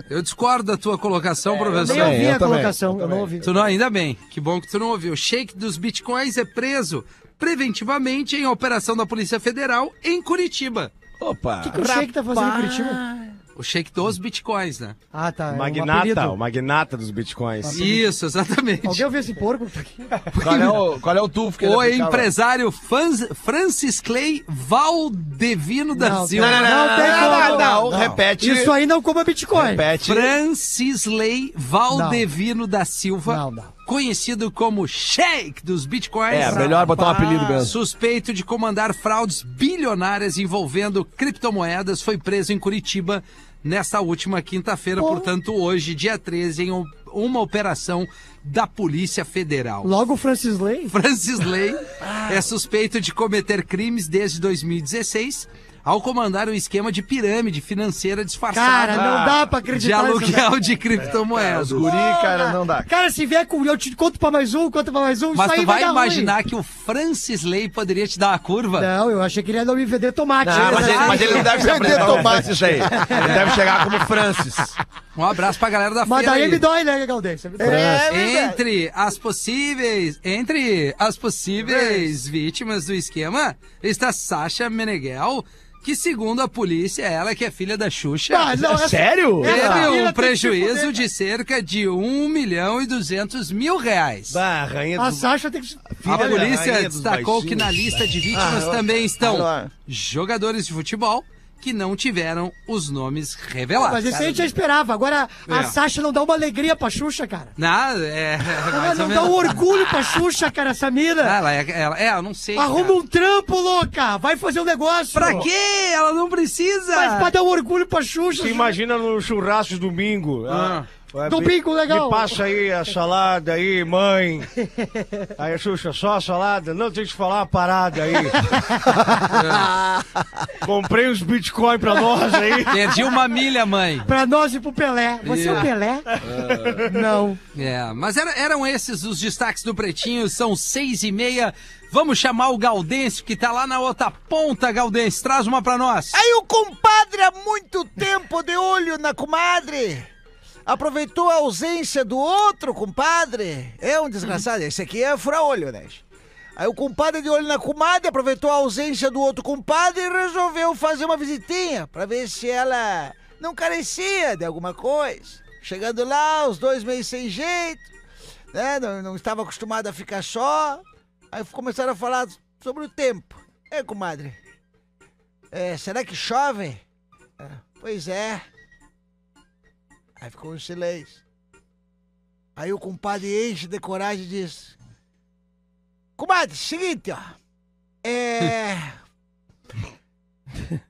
Speaker 1: Eu discordo da tua
Speaker 2: É,
Speaker 1: colocação, professor.
Speaker 3: Nem ouvi
Speaker 2: eu
Speaker 3: a
Speaker 2: também,
Speaker 3: colocação, eu, não ouvi.
Speaker 1: Tu não, ainda bem. Que bom que tu não ouviu. Shake dos Bitcoins é preso preventivamente em operação da Polícia Federal em Curitiba.
Speaker 2: Opa.
Speaker 3: O que, que o Sheik tá fazendo em Curitiba?
Speaker 1: O shake dos Bitcoins, né?
Speaker 3: Ah, tá. é um
Speaker 4: Magnata,
Speaker 3: apelido.
Speaker 4: o magnata dos bitcoins.
Speaker 1: Isso, exatamente.
Speaker 3: Alguém ouviu esse porco?
Speaker 2: Qual é o, qual é o tufo que ele
Speaker 1: O
Speaker 2: aplicava?
Speaker 1: empresário Franz- Francis Clay Valdevino da
Speaker 3: Não,
Speaker 1: Silva.
Speaker 3: não, não, não. tem
Speaker 2: não,
Speaker 3: como.
Speaker 2: não,
Speaker 3: Não.
Speaker 2: repete.
Speaker 3: Isso aí não como Bitcoin.
Speaker 2: Repete.
Speaker 6: é
Speaker 1: Francis Lei Valdevino da Silva,
Speaker 3: Não, não.
Speaker 1: conhecido como Shake dos Bitcoins,
Speaker 2: É, melhor botar um apelido mesmo.
Speaker 1: Ah, suspeito de comandar fraudes bilionárias envolvendo criptomoedas, foi preso em Curitiba nesta última quinta-feira, portanto, hoje, dia 13, em um- uma operação da Polícia Federal.
Speaker 3: Logo o Francis Lane.
Speaker 1: Francis Lay é suspeito de cometer crimes desde 2016 ao comandar um esquema de pirâmide financeira disfarçada
Speaker 3: Cara, não dá pra
Speaker 1: Ah, de
Speaker 3: acreditar. nisso, É,
Speaker 1: aluguel de criptomoedas.
Speaker 2: Guri, cara, não dá.
Speaker 3: cara. Cara, se vier com. Eu te conto pra mais um, conto pra mais um.
Speaker 1: Mas
Speaker 3: isso aí
Speaker 1: tu vai
Speaker 3: dar ruim. É.
Speaker 1: imaginar que o Francis Lay poderia te dar uma curva?
Speaker 3: Não, eu achei que ele ia não me vender tomate. né?
Speaker 2: Ah, mas, ele, mas ele não deve se apresentar como
Speaker 6: tomate.
Speaker 2: Francis aí. Ele deve chegar como Francis.
Speaker 1: Um abraço pra galera da
Speaker 3: Mas
Speaker 1: feira
Speaker 3: daí
Speaker 1: aí.
Speaker 3: me dói, né, Galdês?
Speaker 5: É, verdade.
Speaker 1: Entre as possíveis, entre as possíveis vítimas do esquema está Sasha Meneghel, que segundo a polícia, ela que é filha da Xuxa.
Speaker 3: Ah, não, essa-
Speaker 6: Sério?
Speaker 3: essa
Speaker 1: É teve
Speaker 3: fila tem que
Speaker 1: um
Speaker 3: se
Speaker 1: prejuízo
Speaker 3: fuder.
Speaker 1: de cerca de 1 milhão e 200 mil reais.
Speaker 2: Ah,
Speaker 6: Bah, rainha
Speaker 3: A
Speaker 6: do...
Speaker 3: Sasha tem que. se-
Speaker 1: A
Speaker 6: da
Speaker 1: polícia
Speaker 6: rainha dos
Speaker 1: destacou
Speaker 6: baixinhos.
Speaker 1: que na lista de
Speaker 3: Ah,
Speaker 1: vítimas também estão jogadores de futebol que não tiveram os nomes
Speaker 3: Mas
Speaker 1: revelados. né?
Speaker 3: isso aí a gente já esperava. Agora,
Speaker 1: É.
Speaker 3: a Sasha não dá uma alegria pra Xuxa, cara.
Speaker 1: Nada, é,
Speaker 3: Ela
Speaker 1: mais ou
Speaker 3: não dá um
Speaker 1: menos.
Speaker 3: orgulho pra Xuxa, cara, essa
Speaker 1: Ah,
Speaker 3: mina.
Speaker 1: Ela, é, ela, é, eu não sei.
Speaker 3: Arruma
Speaker 1: cara.
Speaker 3: um trampo, louca. Vai fazer um negócio.
Speaker 1: Pra quê? Ela não precisa.
Speaker 3: Mas pra dar um orgulho pra Xuxa.
Speaker 4: Você imagina no churrasco de domingo,
Speaker 1: Ah.
Speaker 4: ah, Vai,
Speaker 3: Do
Speaker 4: me-
Speaker 3: bico legal.
Speaker 4: Me passa aí a salada aí, mãe. Aí, Xuxa, só a salada? Não, deixa eu te falar uma parada aí. É. Comprei uns Bitcoin pra nós aí.
Speaker 1: Perdi uma milha, mãe.
Speaker 3: Pra nós e pro Pelé. Você é o
Speaker 1: Yeah.
Speaker 3: Pelé? Não.
Speaker 1: É, mas era- eram esses os destaques do Pretinho, são seis e meia. Vamos chamar o Gaudêncio, que tá lá na outra ponta, Gaudêncio. Traz uma pra nós.
Speaker 5: Aí o compadre, há muito tempo de olho na comadre, aproveitou a ausência do outro compadre. É um desgraçado, esse aqui é fura-olho, né? Aí o compadre de olho na comadre aproveitou a ausência do outro compadre e resolveu fazer uma visitinha pra ver se ela não carecia de alguma coisa. Chegando lá, os dois meio sem jeito, né? Não, não estava acostumado a ficar só. Aí começaram a falar sobre o tempo. É, comadre, é, será que chove? É, pois é. Aí ficou um silêncio. Aí o compadre enche de coragem e diz: Comadre, seguinte, ó. É.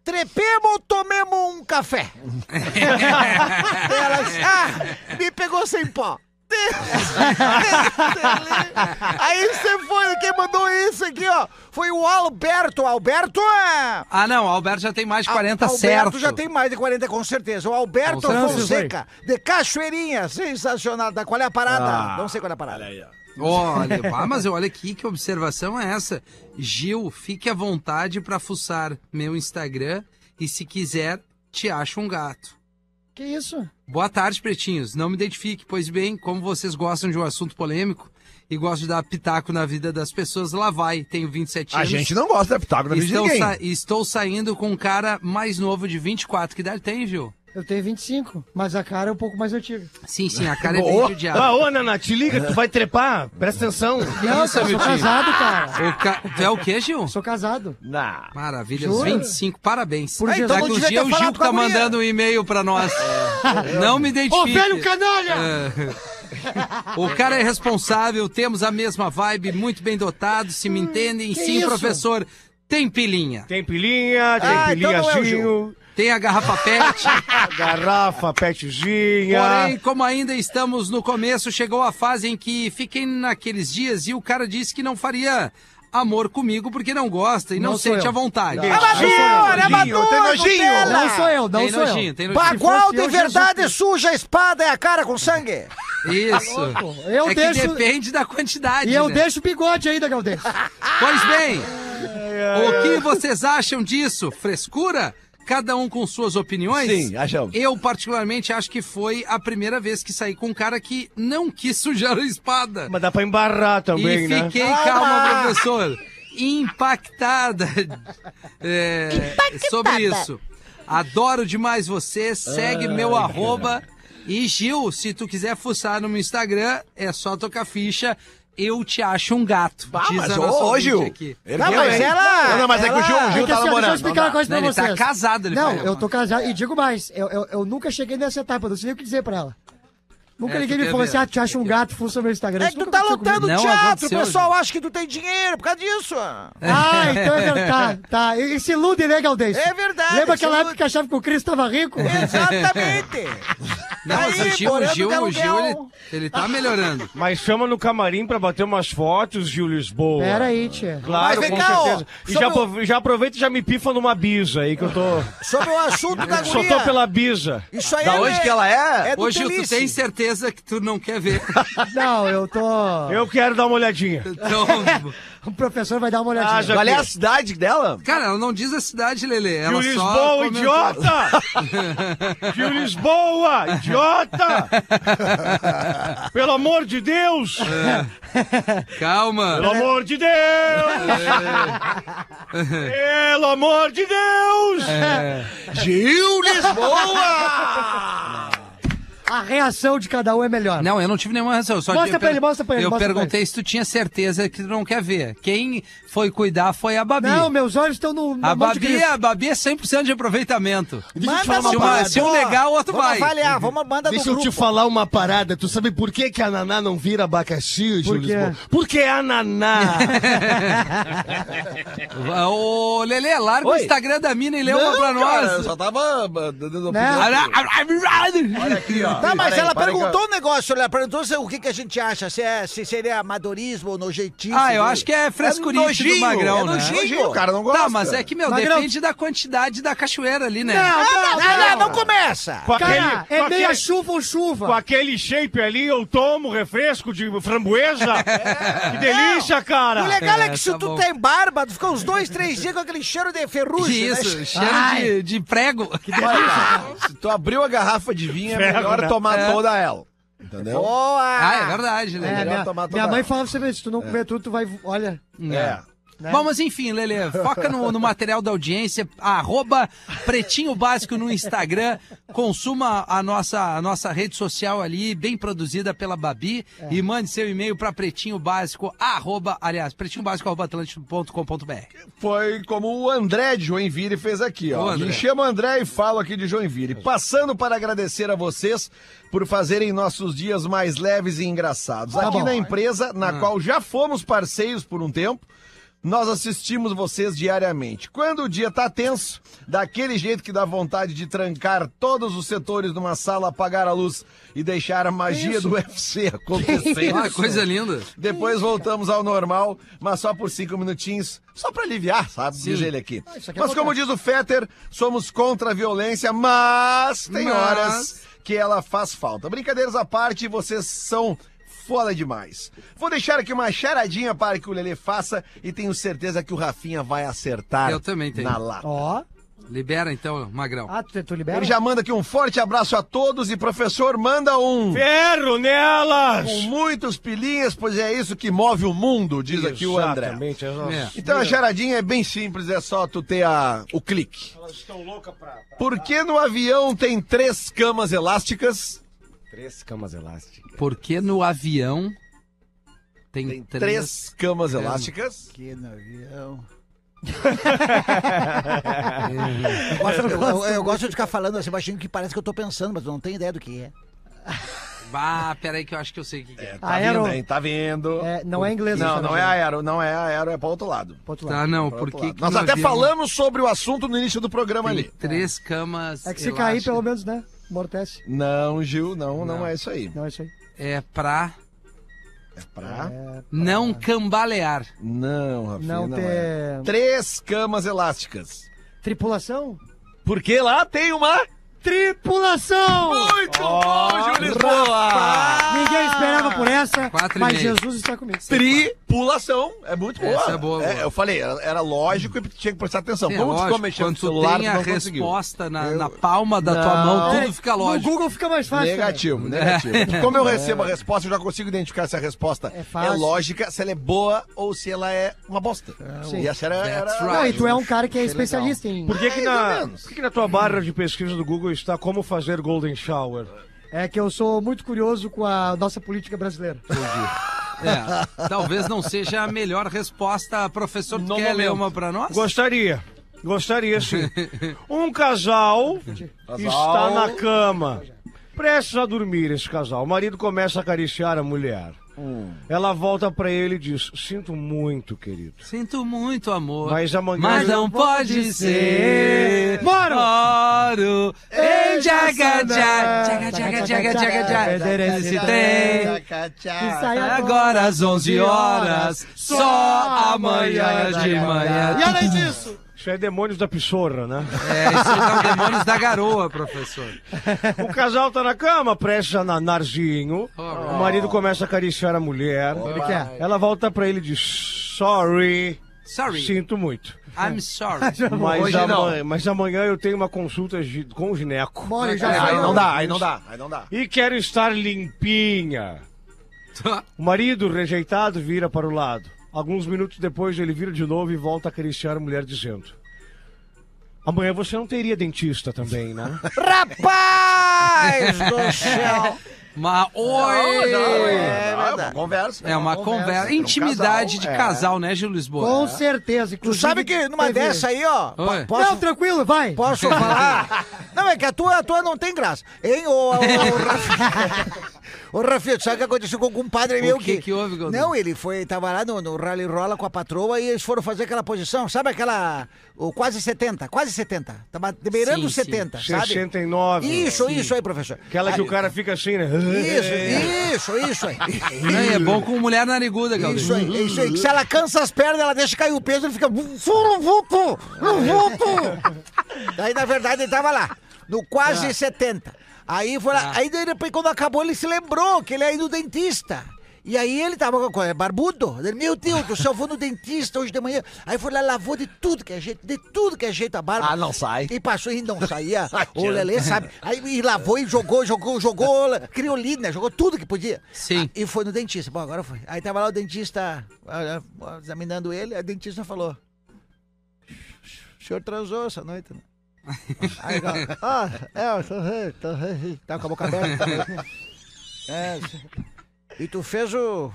Speaker 5: Trepemos ou tomemos um café? Ela disse, ah, me pegou sem pó. Aí você foi, quem mandou isso aqui, ó? Foi o Alberto. Alberto é.
Speaker 1: Ah, não, o Alberto já tem mais de 40
Speaker 5: Ah, Alberto
Speaker 1: certo.
Speaker 5: já tem mais de 40, com certeza. O Alberto
Speaker 1: Com certeza.
Speaker 5: Fonseca, de Cachoeirinha, sensacional. Da- Qual é a parada? Não sei qual é a parada.
Speaker 1: Olha, ah, mas olha aqui, que observação é essa? Gil, fique à vontade pra fuçar meu Instagram e se quiser, te acho um gato.
Speaker 3: Que isso?
Speaker 1: Boa tarde, pretinhos. Não me identifique, pois bem, como vocês gostam de um assunto polêmico e gostam de dar pitaco na vida das pessoas, lá vai. Tenho 27
Speaker 2: A
Speaker 1: anos.
Speaker 2: gente não gosta de pitaco na vida de
Speaker 1: Estou,
Speaker 2: ninguém.
Speaker 1: sa- estou saindo com um cara mais novo de 24. Que idade tem, Gil?
Speaker 3: Eu tenho 25, mas a cara é um pouco mais antiga.
Speaker 1: Sim, sim, a cara é bem
Speaker 6: Ah,
Speaker 1: judiada.
Speaker 6: ô, Naná, te liga, tu vai trepar. Presta atenção.
Speaker 2: Ah,
Speaker 3: Não,
Speaker 1: isso,
Speaker 2: é
Speaker 3: eu
Speaker 1: meu
Speaker 3: sou
Speaker 1: tio?
Speaker 3: casado, cara.
Speaker 1: O ca... Tu é o quê, Gil?
Speaker 3: Sou casado.
Speaker 1: Maravilha, os
Speaker 3: Jura?
Speaker 1: 25, parabéns.
Speaker 3: Por Jesus.
Speaker 1: Daqui
Speaker 5: Então
Speaker 1: um
Speaker 5: não devia
Speaker 1: dia
Speaker 5: ter
Speaker 1: o Gil
Speaker 5: falado
Speaker 1: que
Speaker 5: com a
Speaker 1: tá
Speaker 5: guria.
Speaker 1: mandando um e-mail pra nós.
Speaker 2: É,
Speaker 1: Não me
Speaker 3: Ô,
Speaker 1: identifique.
Speaker 3: velho canalha!
Speaker 1: É. O cara é responsável, temos a mesma vibe, muito bem dotado, se me entendem. Sim,
Speaker 3: isso?
Speaker 1: professor, tem pilinha.
Speaker 4: Tem pilinha, tem
Speaker 5: Ah, então não é o
Speaker 4: pilhazinho,
Speaker 1: Tem a garrafa pet.
Speaker 4: garrafa, petzinha.
Speaker 1: Porém, como ainda estamos no começo, chegou a fase em que fiquei naqueles dias e o cara disse que não faria amor comigo porque não gosta e não,
Speaker 3: Não sou
Speaker 1: sente
Speaker 3: eu.
Speaker 1: à vontade.
Speaker 4: Não. Ah,
Speaker 5: Senhor, é
Speaker 4: nojinho,
Speaker 5: maduro,
Speaker 2: tem nojinho.
Speaker 5: Nutella.
Speaker 3: Não sou eu, não
Speaker 1: tem
Speaker 3: sou
Speaker 1: nojinho,
Speaker 3: eu.
Speaker 1: tem
Speaker 5: Pra
Speaker 1: nojinho.
Speaker 5: qual
Speaker 3: fosse
Speaker 5: de
Speaker 3: eu,
Speaker 5: verdade
Speaker 3: Jesus
Speaker 5: suja a espada é a cara com sangue?
Speaker 1: Isso.
Speaker 3: Tá Eu
Speaker 1: é que
Speaker 3: deixo-
Speaker 1: depende da quantidade.
Speaker 3: E eu
Speaker 1: né?
Speaker 3: deixo o bigode ainda, Galdês.
Speaker 1: Pois bem, o que vocês acham disso? Frescura? Cada um com suas opiniões?
Speaker 2: Sim, achamos.
Speaker 1: Eu, particularmente, acho que foi a primeira vez que saí com um cara que não quis sujar a espada.
Speaker 4: Mas dá pra embarrar também,
Speaker 1: e
Speaker 4: né?
Speaker 1: fiquei, calma, professor, impactada é,
Speaker 7: Impactada.
Speaker 1: sobre isso. Adoro demais você, segue
Speaker 2: Ah,
Speaker 1: meu arroba. E Gil, se tu quiser fuçar no meu Instagram, é só tocar ficha. Eu te acho um gato.
Speaker 2: Ah,
Speaker 1: diz
Speaker 2: mas
Speaker 1: a
Speaker 2: ô,
Speaker 1: nossa
Speaker 2: ô,
Speaker 1: ouvinte
Speaker 2: Gil.
Speaker 1: aqui.
Speaker 2: ergueu,
Speaker 5: mas
Speaker 2: hein?
Speaker 5: ela-
Speaker 2: Não, não, mas é que o Gil, o Gil
Speaker 3: Porque
Speaker 2: tá
Speaker 3: assim, ó, deixa eu
Speaker 2: namorando.
Speaker 3: explicar uma coisa
Speaker 1: Não,
Speaker 3: pra
Speaker 1: ele tá
Speaker 3: vocês.
Speaker 1: casado, ele
Speaker 3: Não,
Speaker 1: falou.
Speaker 3: eu tô casado. E digo mais, eu, eu, eu nunca cheguei nessa etapa, eu não sei o que dizer pra ela. Nunca
Speaker 1: É,
Speaker 3: ninguém
Speaker 1: tu
Speaker 3: me
Speaker 1: quer
Speaker 3: falou
Speaker 1: ver?
Speaker 3: assim, ah, te acha um gato, fuça meu Instagram.
Speaker 5: É
Speaker 3: Isso
Speaker 5: que tu
Speaker 3: nunca
Speaker 5: tá
Speaker 3: aconteceu comigo.
Speaker 1: Não
Speaker 5: lotando teatro,
Speaker 1: aconteceu,
Speaker 5: o pessoal
Speaker 1: gente.
Speaker 5: acha que tu tem dinheiro por causa disso.
Speaker 3: Ah, então é verdade. Tá, e, e se ilude, né, Galdês?
Speaker 5: É verdade,
Speaker 3: Lembra
Speaker 5: se
Speaker 3: aquela
Speaker 5: ilude.
Speaker 3: época que achava que o Cris tava rico?
Speaker 5: Exatamente.
Speaker 1: Não, mas o
Speaker 5: Aí,
Speaker 1: Gil, o
Speaker 5: morando
Speaker 1: Gil,
Speaker 5: de
Speaker 1: o Gil ele,
Speaker 5: aluguel.
Speaker 1: ele tá melhorando.
Speaker 4: Mas chama no camarim pra bater umas fotos, Gil Lisboa.
Speaker 3: Pera aí, tia.
Speaker 5: Mas
Speaker 4: Claro, com
Speaker 5: vem cá, ó,
Speaker 4: certeza. E
Speaker 5: sobre
Speaker 4: já,
Speaker 5: o-
Speaker 4: apro- já aproveita e já me pifa numa bisa aí, que eu tô...
Speaker 5: Sobre o assunto da
Speaker 4: Só tô
Speaker 5: guria.
Speaker 4: pela bisa.
Speaker 5: Isso aí
Speaker 2: Da
Speaker 5: é-
Speaker 2: onde que ela é?
Speaker 5: É do
Speaker 1: Hoje tu
Speaker 5: Telice.
Speaker 1: tem certeza que tu não quer ver.
Speaker 3: Não, eu tô...
Speaker 4: Eu quero dar uma olhadinha.
Speaker 1: Então,
Speaker 3: O professor vai dar uma olhadinha.
Speaker 4: Ah, já-
Speaker 2: Qual é a cidade dela?
Speaker 1: cara, ela não diz a cidade, Lele.
Speaker 4: Gil
Speaker 1: Ela só
Speaker 4: Lisboa,
Speaker 1: comentou.
Speaker 4: idiota! Gil Lisboa, idiota! Pelo amor de Deus!
Speaker 1: Calma.
Speaker 4: Pelo amor de Deus! Pelo amor de Deus!
Speaker 2: Gil Lisboa!
Speaker 3: A reação de cada um é melhor.
Speaker 1: Não, eu não tive nenhuma razão. eu Só
Speaker 3: Mostra
Speaker 1: eu
Speaker 3: pra
Speaker 1: per-
Speaker 3: ele, mostra pra ele,
Speaker 1: Eu
Speaker 3: mostra pra
Speaker 1: perguntei se tu tinha certeza que tu não quer ver. Quem foi cuidar foi a Babi.
Speaker 3: Não, meus olhos estão no, no
Speaker 1: a,
Speaker 3: mão de
Speaker 1: Babi,
Speaker 3: Cristo.
Speaker 1: a Babi é 100% de aproveitamento.
Speaker 5: Manda
Speaker 1: Se,
Speaker 5: no
Speaker 1: uma, se um negar, o outro
Speaker 5: Vamos
Speaker 1: vai.
Speaker 5: avaliar, vamos mandar no
Speaker 6: Deixa eu
Speaker 5: grupo.
Speaker 6: te falar uma parada. Tu sabe por que, que a Naná não vira abacaxi, Júlio
Speaker 3: quê?
Speaker 6: Lisboa? Porque é a Naná.
Speaker 1: Ô, Lele, larga o
Speaker 2: Oi.
Speaker 1: Instagram da mina e lê uma pra
Speaker 2: Não, cara,
Speaker 1: nós.
Speaker 2: eu só tava ah, dando
Speaker 3: Né?
Speaker 2: opinião. Olha aqui, ó.
Speaker 5: Tá, mas
Speaker 2: Peraí, peraí
Speaker 5: ela
Speaker 2: que eu-
Speaker 5: perguntou um negócio, ela perguntou se- o que, que a gente acha, se, é, se seria amadorismo ou nojeitismo.
Speaker 1: Ah, eu acho que é
Speaker 2: É
Speaker 1: frescurite do
Speaker 2: nojinho,
Speaker 1: magrão,
Speaker 2: é
Speaker 1: né?
Speaker 2: nojinho, o cara não gosta.
Speaker 1: Tá, mas é que, meu,
Speaker 3: Magrão-
Speaker 1: depende da quantidade da cachoeira ali, né?
Speaker 5: Ah, Não, não, não, não, não começa!
Speaker 4: Com aquele,
Speaker 3: Cara,
Speaker 4: com
Speaker 3: é
Speaker 4: aquele-
Speaker 3: meia chuva ou
Speaker 4: com
Speaker 3: chuva.
Speaker 4: aquele shape ali, eu tomo refresco de framboesa. Que delícia, cara.
Speaker 5: O legal é,
Speaker 1: É,
Speaker 5: que se
Speaker 1: tá
Speaker 5: tu
Speaker 1: bom.
Speaker 5: tem barba, tu fica uns dois, três dias com aquele cheiro de
Speaker 1: Que
Speaker 5: ferrugem. né?
Speaker 1: isso, Ah. cheiro
Speaker 3: Ai.
Speaker 1: de, de prego.
Speaker 2: Olha, cara, se tu abriu a garrafa de vinho, é
Speaker 4: Ferro,
Speaker 2: melhor
Speaker 4: né?
Speaker 2: tomar toda ela. Entendeu?
Speaker 5: Boa!
Speaker 1: Ah, é verdade,
Speaker 3: É,
Speaker 1: Lelê.
Speaker 3: minha,
Speaker 2: tomar toda
Speaker 3: minha mãe
Speaker 2: ela.
Speaker 3: falava sempre isso, se tu
Speaker 6: É.
Speaker 3: não comer tudo, tu vai... Olha...
Speaker 2: É.
Speaker 3: né?
Speaker 1: Bom, mas enfim, Lelê, foca no, no material da audiência, arroba Pretinho Básico no Instagram, consuma a nossa, a nossa rede social ali, bem produzida pela Babi, e mande seu e-mail para pretinho básico, arroba, aliás, pretinho básico, arroba atlântico.com.br.
Speaker 2: Foi como o André de Joinville fez aqui,
Speaker 1: Ô,
Speaker 2: ó.
Speaker 1: André.
Speaker 2: Me chamo André e falo aqui de Joinville. Passando para agradecer a vocês por fazerem nossos dias mais leves e engraçados.
Speaker 1: Tá
Speaker 2: aqui
Speaker 3: bom.
Speaker 2: na empresa,
Speaker 1: Ah.
Speaker 2: na qual já fomos parceiros por um tempo, nós assistimos vocês diariamente. Quando o dia tá tenso, daquele jeito que dá vontade de trancar todos os setores numa sala, apagar a luz e deixar a magia do UFC acontecer.
Speaker 1: Ah, coisa linda.
Speaker 2: Depois voltamos ao normal, mas só por cinco minutinhos, só pra aliviar, sabe? Diz ele aqui.
Speaker 3: Ah, isso aqui é
Speaker 2: mas como diz o Fetter, somos contra a violência, mas tem
Speaker 1: Mas-
Speaker 2: horas que ela faz falta. Brincadeiras à parte, vocês são foda demais. Vou deixar aqui uma charadinha para que o Lelê faça e tenho certeza que o Rafinha vai acertar
Speaker 1: Eu também tenho.
Speaker 2: na lata.
Speaker 3: Ó,
Speaker 1: Libera então, Magrão.
Speaker 3: ah, tu, tu libera?
Speaker 2: Ele já manda aqui um forte abraço a todos e professor, manda um...
Speaker 4: Ferro
Speaker 2: Com
Speaker 4: nelas.
Speaker 2: muitos pilinhas, pois é isso que move o mundo, diz aqui o André.
Speaker 4: Exatamente, as nossas-
Speaker 1: É.
Speaker 2: Então a charadinha é bem simples, é só tu ter a, o clique.
Speaker 4: Elas estão loucas pra...
Speaker 2: Por que no avião tem três camas elásticas?
Speaker 6: Três camas elásticas.
Speaker 1: Porque no avião tem,
Speaker 2: Tem
Speaker 1: três...
Speaker 2: três camas elásticas.
Speaker 5: Aqui no avião.
Speaker 1: É.
Speaker 5: Eu, gosto- eu- eu gosto de ficar falando assim baixinho que parece que eu tô pensando, mas eu não tenho ideia do que é.
Speaker 1: Ah, peraí que eu acho que eu sei o que que é.
Speaker 2: Tá
Speaker 3: Aero.
Speaker 2: vendo, hein? Tá vendo.
Speaker 3: É, não é inglês.
Speaker 2: Não,
Speaker 3: essa
Speaker 2: não é
Speaker 3: legenda.
Speaker 2: aero, não é aero, é pra outro lado.
Speaker 3: Pro outro lado.
Speaker 1: Tá, não,
Speaker 2: Pra outro
Speaker 1: porque...
Speaker 2: lado. Nós até falamos sobre o assunto no início do programa ali.
Speaker 1: Três camas
Speaker 3: É que se cair,
Speaker 1: elásticas.
Speaker 3: pelo menos, né? Mortece.
Speaker 2: Não, Gil, não, não,
Speaker 1: Não.
Speaker 2: é isso aí.
Speaker 3: Não, é isso aí.
Speaker 1: É pra
Speaker 2: É pra. Ah.
Speaker 1: não cambalear.
Speaker 2: Não, Rafinha,
Speaker 3: Não
Speaker 2: não, é.
Speaker 3: ter...
Speaker 2: Três camas elásticas.
Speaker 3: Tripulação?
Speaker 2: Porque lá tem uma.
Speaker 3: Tripulação!
Speaker 2: Muito bom, Gil Lisboa!
Speaker 3: Ninguém esperava por essa,
Speaker 1: Quatro e
Speaker 3: mas
Speaker 1: meio.
Speaker 3: Jesus está comigo.
Speaker 2: Tripulação. É muito boa.
Speaker 1: Essa é boa, boa.
Speaker 2: eu falei, era, era lógico e tinha que prestar atenção.
Speaker 1: É,
Speaker 2: Como tu
Speaker 1: lógico,
Speaker 2: ficou mexendo no
Speaker 1: quando
Speaker 2: celular,
Speaker 1: tu tem
Speaker 2: tu
Speaker 1: a
Speaker 2: não conseguiu.
Speaker 1: resposta na, na palma da tua mão, tudo fica
Speaker 3: No
Speaker 1: lógico.
Speaker 3: Google fica mais fácil.
Speaker 2: Negativo,
Speaker 1: né? É.
Speaker 2: negativo. Como eu recebo a resposta, eu já consigo identificar se a resposta
Speaker 3: É
Speaker 2: é,
Speaker 3: fácil.
Speaker 2: lógica, se ela é boa ou se ela é uma bosta.
Speaker 3: Sim.
Speaker 2: E essa era... era-
Speaker 1: That's
Speaker 3: Cara. Não,
Speaker 1: right.
Speaker 3: e tu é um cara que é especialista em.
Speaker 4: Por que, que, na,
Speaker 2: menos.
Speaker 4: por que que na tua barra de pesquisa do Google está como fazer Golden Shower?
Speaker 3: É que eu sou muito curioso com a nossa política brasileira.
Speaker 1: É, talvez não seja a melhor resposta, professor. Tu
Speaker 4: No
Speaker 1: quer ler
Speaker 4: momento.
Speaker 1: uma pra nós?
Speaker 4: Gostaria. Gostaria sim. Um casal está na cama. Prestes a dormir esse casal. O marido começa a acariciar a mulher. Ela volta pra ele e diz: Sinto muito, querido.
Speaker 1: Sinto muito, amor.
Speaker 4: Mas amanhã-
Speaker 1: Mas não pode ser. Moro! Moro! Ei, jaga, jaga, jaga, jaga, jaga, jaga, jaga. Esse trem.
Speaker 3: Isso aí
Speaker 1: Ah, Agora às 11 horas, só amanhã de manhã.
Speaker 3: E além disso,
Speaker 4: Isso é demônios da pissorra, né?
Speaker 1: É, isso são demônios da garoa, professor.
Speaker 4: O casal tá na cama, prestes a nanarzinho.
Speaker 1: Oh.
Speaker 4: O marido começa a acariciar a mulher.
Speaker 3: ele quer.
Speaker 4: Ela volta pra ele e diz: Sorry.
Speaker 1: Sorry,
Speaker 4: Sinto muito.
Speaker 1: I'm sorry.
Speaker 4: Mas,
Speaker 2: Hoje não.
Speaker 4: amanhã, mas amanhã eu tenho uma consulta gi- com o gineco.
Speaker 3: Mole, já
Speaker 2: É, aí
Speaker 3: falou.
Speaker 2: não dá, aí não dá, aí não dá.
Speaker 4: E quero estar limpinha. O marido rejeitado vira para o lado. Alguns minutos depois ele vira de novo e volta a acariciar a mulher dizendo: Amanhã você não teria dentista também, né?
Speaker 5: Rapaz
Speaker 2: é
Speaker 5: do céu!
Speaker 1: Uma oi!
Speaker 5: É verdade.
Speaker 2: Conversa. um
Speaker 1: É uma conversa, intimidade de
Speaker 2: casal, é.
Speaker 1: casal, né, Gil Lisboa?
Speaker 3: Com certeza.
Speaker 5: Tu
Speaker 3: inclusive,
Speaker 5: sabe que numa
Speaker 3: teve-
Speaker 5: dessa aí, ó, po-
Speaker 1: Oi.
Speaker 5: posso,
Speaker 3: Não, tranquilo, vai.
Speaker 5: posso falar? Não, é que a tua, a tua não tem graça. Hein, ô, ô, ô, Rafinha? Ô, Rafinha, tu sabe o que aconteceu com um compadre meu
Speaker 1: que que houve, Godinho?
Speaker 5: Não, ele foi, tava lá no, no Rally Rola com a patroa e eles foram fazer aquela posição, sabe aquela. O quase 70, quase 70. Tava beirando
Speaker 1: Sim,
Speaker 5: os 70, sabe?
Speaker 4: 69.
Speaker 5: Isso, isso aí, professor.
Speaker 4: Aquela que o cara fica assim, né?
Speaker 5: Isso, isso, isso aí.
Speaker 1: Não, e é bom com mulher nariguda, Galdinho.
Speaker 5: Isso aí, isso aí. Que se ela cansa as pernas, ela deixa cair o peso e fica. Furuvupu! Furuvupu! Daí, na verdade, ele tava lá, no quase
Speaker 2: Ah.
Speaker 5: 70. Aí foi lá. Aí, de repente, quando acabou, ele se lembrou que ele é do dentista. E aí ele tava com- com é, barbudo. Ele, meu Deus do céu, vou no dentista hoje de manhã. Aí foi lá, lavou de tudo que é jeito, de tudo que é jeito a barba.
Speaker 2: Ah, não sai.
Speaker 5: E passou e não saía. o Lelê sabe. Aí e lavou e jogou, jogou, jogou, criolina, jogou tudo que podia.
Speaker 1: Sim.
Speaker 5: Ah, e foi no dentista. Bom, agora foi. Aí tava lá o dentista ah, ah, examinando ele, aí o dentista falou: O senhor transou essa noite, né? Aí, ele falou, ah, é, eu transei, transei. Tava Tá com a boca aberta. né? É, e tu fez o,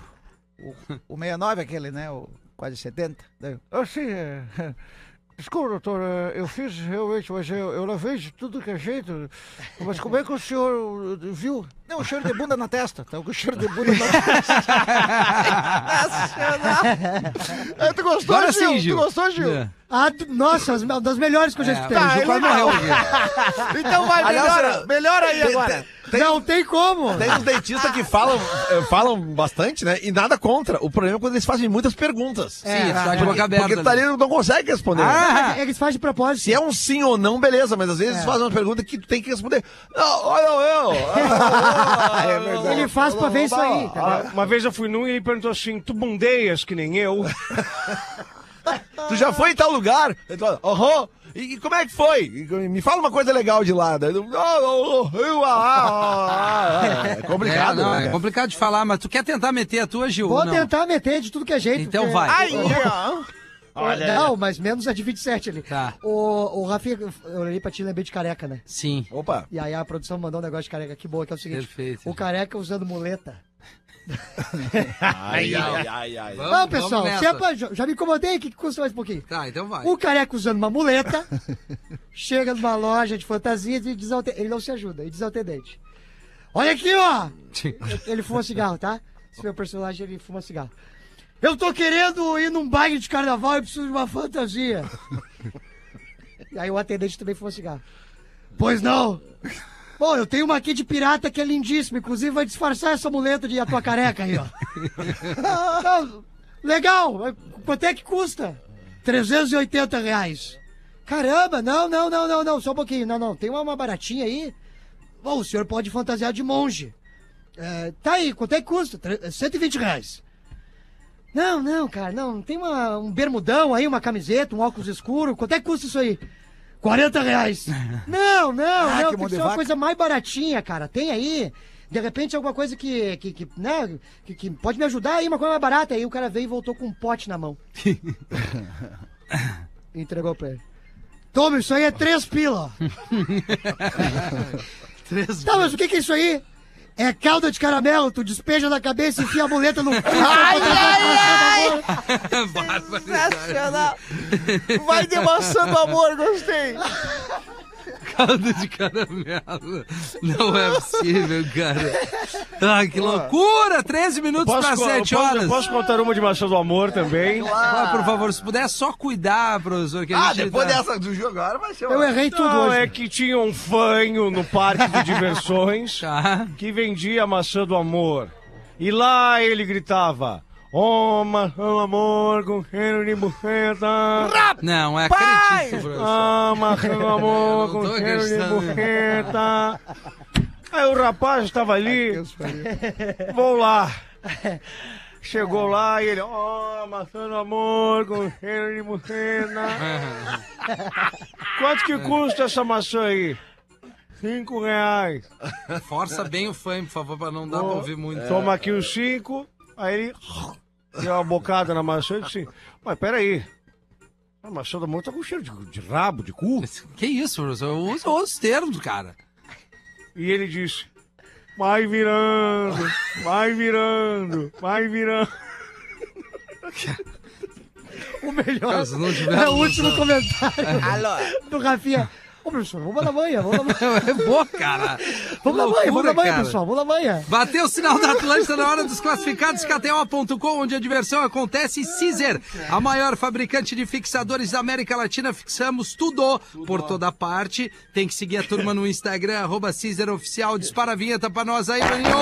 Speaker 5: o, o 69, aquele, né? O quase 70. Daí, Ah, sim. é. Desculpa, doutor, é, eu fiz realmente, mas eu, eu lavei de tudo que é jeito. Mas como é que o senhor eh, viu? Não, o cheiro de bunda na testa. Tá com o cheiro de bunda na testa.
Speaker 2: É, tu gostou,
Speaker 1: Agora
Speaker 2: Gil?
Speaker 1: sim, Gil.
Speaker 2: Tu gostou, Gil?
Speaker 1: É.
Speaker 3: Ah, tu- nossa, as- uma das melhores que
Speaker 5: É.
Speaker 3: eu já escutei.
Speaker 1: Tá, ele
Speaker 3: Gil, quase
Speaker 1: morreu.
Speaker 5: Então vai,
Speaker 2: Aliás,
Speaker 5: melhora,
Speaker 2: eu-
Speaker 5: melhora aí
Speaker 2: Tem-
Speaker 5: agora.
Speaker 3: Não tem como.
Speaker 2: Tem uns dentistas que falam, eh, falam bastante, né? E nada contra. O problema é quando eles fazem muitas perguntas.
Speaker 1: Sim, tu tá de boca
Speaker 2: Porque,
Speaker 1: aberta.
Speaker 2: porque tu tá ali
Speaker 1: né?
Speaker 2: não consegue responder.
Speaker 3: É
Speaker 1: Ah,
Speaker 3: que eles fazem de propósito.
Speaker 2: Se é um sim ou não, beleza, mas às vezes fazem uma pergunta que tu tem que responder. Não, olha eu. Ah, eu, eu, eu,
Speaker 3: Ele faz pra ver isso aí. tá ligado?
Speaker 4: Ah, Uma vez eu fui num e ele perguntou assim: tu bundeias que nem eu?
Speaker 2: Tu já foi em tal lugar? Aí tu fala, Aham. E, e como é que foi? E- Me fala uma coisa legal de lá. Daí tu, "Ah, oh, oh, eu, ah, ah, ah." É complicado,
Speaker 1: é, não,
Speaker 2: né?
Speaker 1: é complicado de falar, mas tu quer tentar meter a tua, Gil?
Speaker 3: Vou
Speaker 1: Não.
Speaker 3: tentar meter de tudo que é jeito.
Speaker 1: Então
Speaker 3: porque-
Speaker 1: vai.
Speaker 5: Ai, ó.
Speaker 3: Não, mas menos a de 27 ali.
Speaker 1: Tá.
Speaker 3: O, o Rafinha, eu olhei pra ti e lembrei de careca, né?
Speaker 1: Sim.
Speaker 2: Opa.
Speaker 3: E aí a produção mandou um negócio de careca que boa, que é o seguinte.
Speaker 1: Perfeito.
Speaker 3: O careca usando muleta.
Speaker 2: Ai, ai, ai, ai.
Speaker 1: Vamos,
Speaker 3: Não,
Speaker 1: vamos
Speaker 3: pessoal,
Speaker 1: nessa.
Speaker 3: se é pra- já já me incomodei, que custa mais um pouquinho.
Speaker 1: Tá, então vai.
Speaker 3: O careca usando uma muleta, chega numa loja de fantasias e diz ao te- ele não se ajuda, ele diz ao atendente. Olha aqui, ó! Ele fuma cigarro, tá? Esse meu personagem, ele fuma cigarro. Eu tô querendo ir num baile de carnaval e preciso de uma fantasia. E aí o atendente também fuma cigarro. Pois não? Bom, eu tenho uma aqui de pirata que é lindíssima. Inclusive vai disfarçar essa muleta de a tua careca aí, ó. Não, legal. mas Quanto é que custa? 380 reais. Caramba, não, não, não, não, não. Só um pouquinho. Não, não. Tem uma, uma baratinha aí. Bom, o senhor pode fantasiar de monge. É, tá aí, quanto é que custa? Tre- 120 reais. Não, não, cara, não. Tem uma, um bermudão aí, uma camiseta, um óculos escuro. Quanto é que custa isso aí? 40 reais. Não, não,
Speaker 5: Ah,
Speaker 3: não. Tem
Speaker 5: que mão
Speaker 3: que
Speaker 5: de
Speaker 3: ser uma
Speaker 5: vaca.
Speaker 3: coisa mais baratinha, cara. Tem aí. De repente alguma coisa que, que, que, né, que, que pode me ajudar aí, uma coisa mais barata. Aí o cara veio e voltou com um pote na mão. Entregou pra ele. Toma, isso aí é três pila. ó.
Speaker 1: Três
Speaker 3: Tá, mas o que que é isso aí? É calda de caramelo, tu despeja na cabeça e enfia a muleta no cu.
Speaker 1: é
Speaker 5: Sensacional. Vai demonstrando amor, né? gostei.
Speaker 1: caldo de caramelo. Não é possível, cara. Ah, que loucura! 13 minutos para
Speaker 4: co-
Speaker 1: 7
Speaker 4: posso-
Speaker 1: horas.
Speaker 4: posso contar uma de Machado do Amor também?
Speaker 1: Ah, por favor, se puder, só cuidar, professor. Que a
Speaker 2: Ah,
Speaker 1: gente
Speaker 2: depois
Speaker 1: tá-
Speaker 2: dessa do jogo agora vai ser
Speaker 3: Eu errei tudo
Speaker 4: Não,
Speaker 3: hoje.
Speaker 4: é que tinha um fanho no parque de diversões
Speaker 1: Tá.
Speaker 4: que vendia maçã do amor. E lá ele gritava: Ô maçã do amor com cheiro de bufeta.
Speaker 1: Não, é acredito, professor.
Speaker 4: Ah, maçã do amor
Speaker 1: Eu não
Speaker 4: com
Speaker 1: tô
Speaker 4: um cheiro de
Speaker 1: acreditando.
Speaker 4: bufeta. Aí o rapaz estava ali. Vou lá. Chegou lá e ele, ó, maçã do amor com cheiro de bufeta. Quanto que custa essa maçã aí? Cinco reais.
Speaker 1: Força bem o fã, por favor, pra não dar pra ouvir muito.
Speaker 4: Toma aqui os cinco. Aí ele deu uma bocada na maçã e disse assim, mas peraí. A maçã do amor tá com cheiro de, de rabo, de cu.
Speaker 1: Que isso, professor? Eu uso outros termos, cara.
Speaker 4: E ele disse, vai virando, vai virando, vai virando.
Speaker 3: O melhor
Speaker 1: Cara, se não né? tiver
Speaker 3: é o
Speaker 1: noção.
Speaker 3: último comentário
Speaker 5: Alô.
Speaker 3: do Rafinha. Ô, professor, vamos na manhã, vamos na manhã.
Speaker 1: É bom, cara.
Speaker 3: Vamos lá amanhã, vamos
Speaker 1: loucura,
Speaker 3: lá amanhã,
Speaker 1: cara.
Speaker 3: pessoal. Vamos lá amanhã.
Speaker 1: Bateu o sinal da Atlântida na hora dos classificados, KTO.com, onde a diversão acontece. Cizer, a maior fabricante de fixadores da América Latina, fixamos tudo, por toda parte. Tem que seguir a turma no Instagram, arroba Cizer Oficial. Dispara a vinheta pra nós aí, Maninho!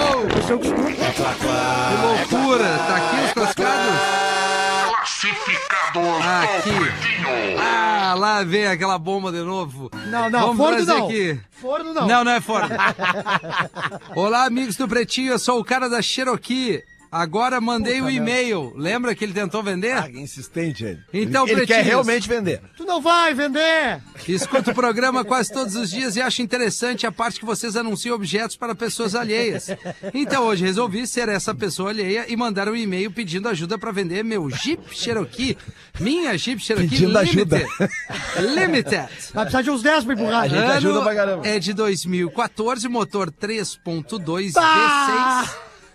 Speaker 1: Que loucura! Tá aqui os classificados?
Speaker 8: Classificados
Speaker 1: Aqui.
Speaker 8: do Pretinho.
Speaker 1: Ah, lá vem aquela bomba de novo.
Speaker 3: Não, não,
Speaker 1: Vamos
Speaker 3: forno
Speaker 1: trazer
Speaker 3: não.
Speaker 1: aqui.
Speaker 3: Forno não.
Speaker 1: Não, não é forno. Olá, amigos do Pretinho, eu sou o cara da Cherokee. Agora mandei um e-mail. Lembra que ele tentou
Speaker 2: Ah,
Speaker 1: vender?
Speaker 2: que insistente ele.
Speaker 1: Então,
Speaker 2: ele, ele quer
Speaker 1: Pretinhos.
Speaker 2: realmente vender.
Speaker 3: Tu não vai vender.
Speaker 1: Escuto o programa quase todos os dias e acho interessante a parte que vocês anunciam objetos para pessoas alheias. Então, hoje resolvi ser essa pessoa alheia e mandar um e-mail pedindo ajuda para vender meu Jeep Cherokee. Minha Jeep Cherokee
Speaker 2: Pedindo ajuda.
Speaker 1: Limited. Limited.
Speaker 3: Vai precisar de uns 10 pra empurrar.
Speaker 2: gente ajuda pra caramba.
Speaker 1: É de 2014, motor 3.2
Speaker 3: Bah!
Speaker 1: V6.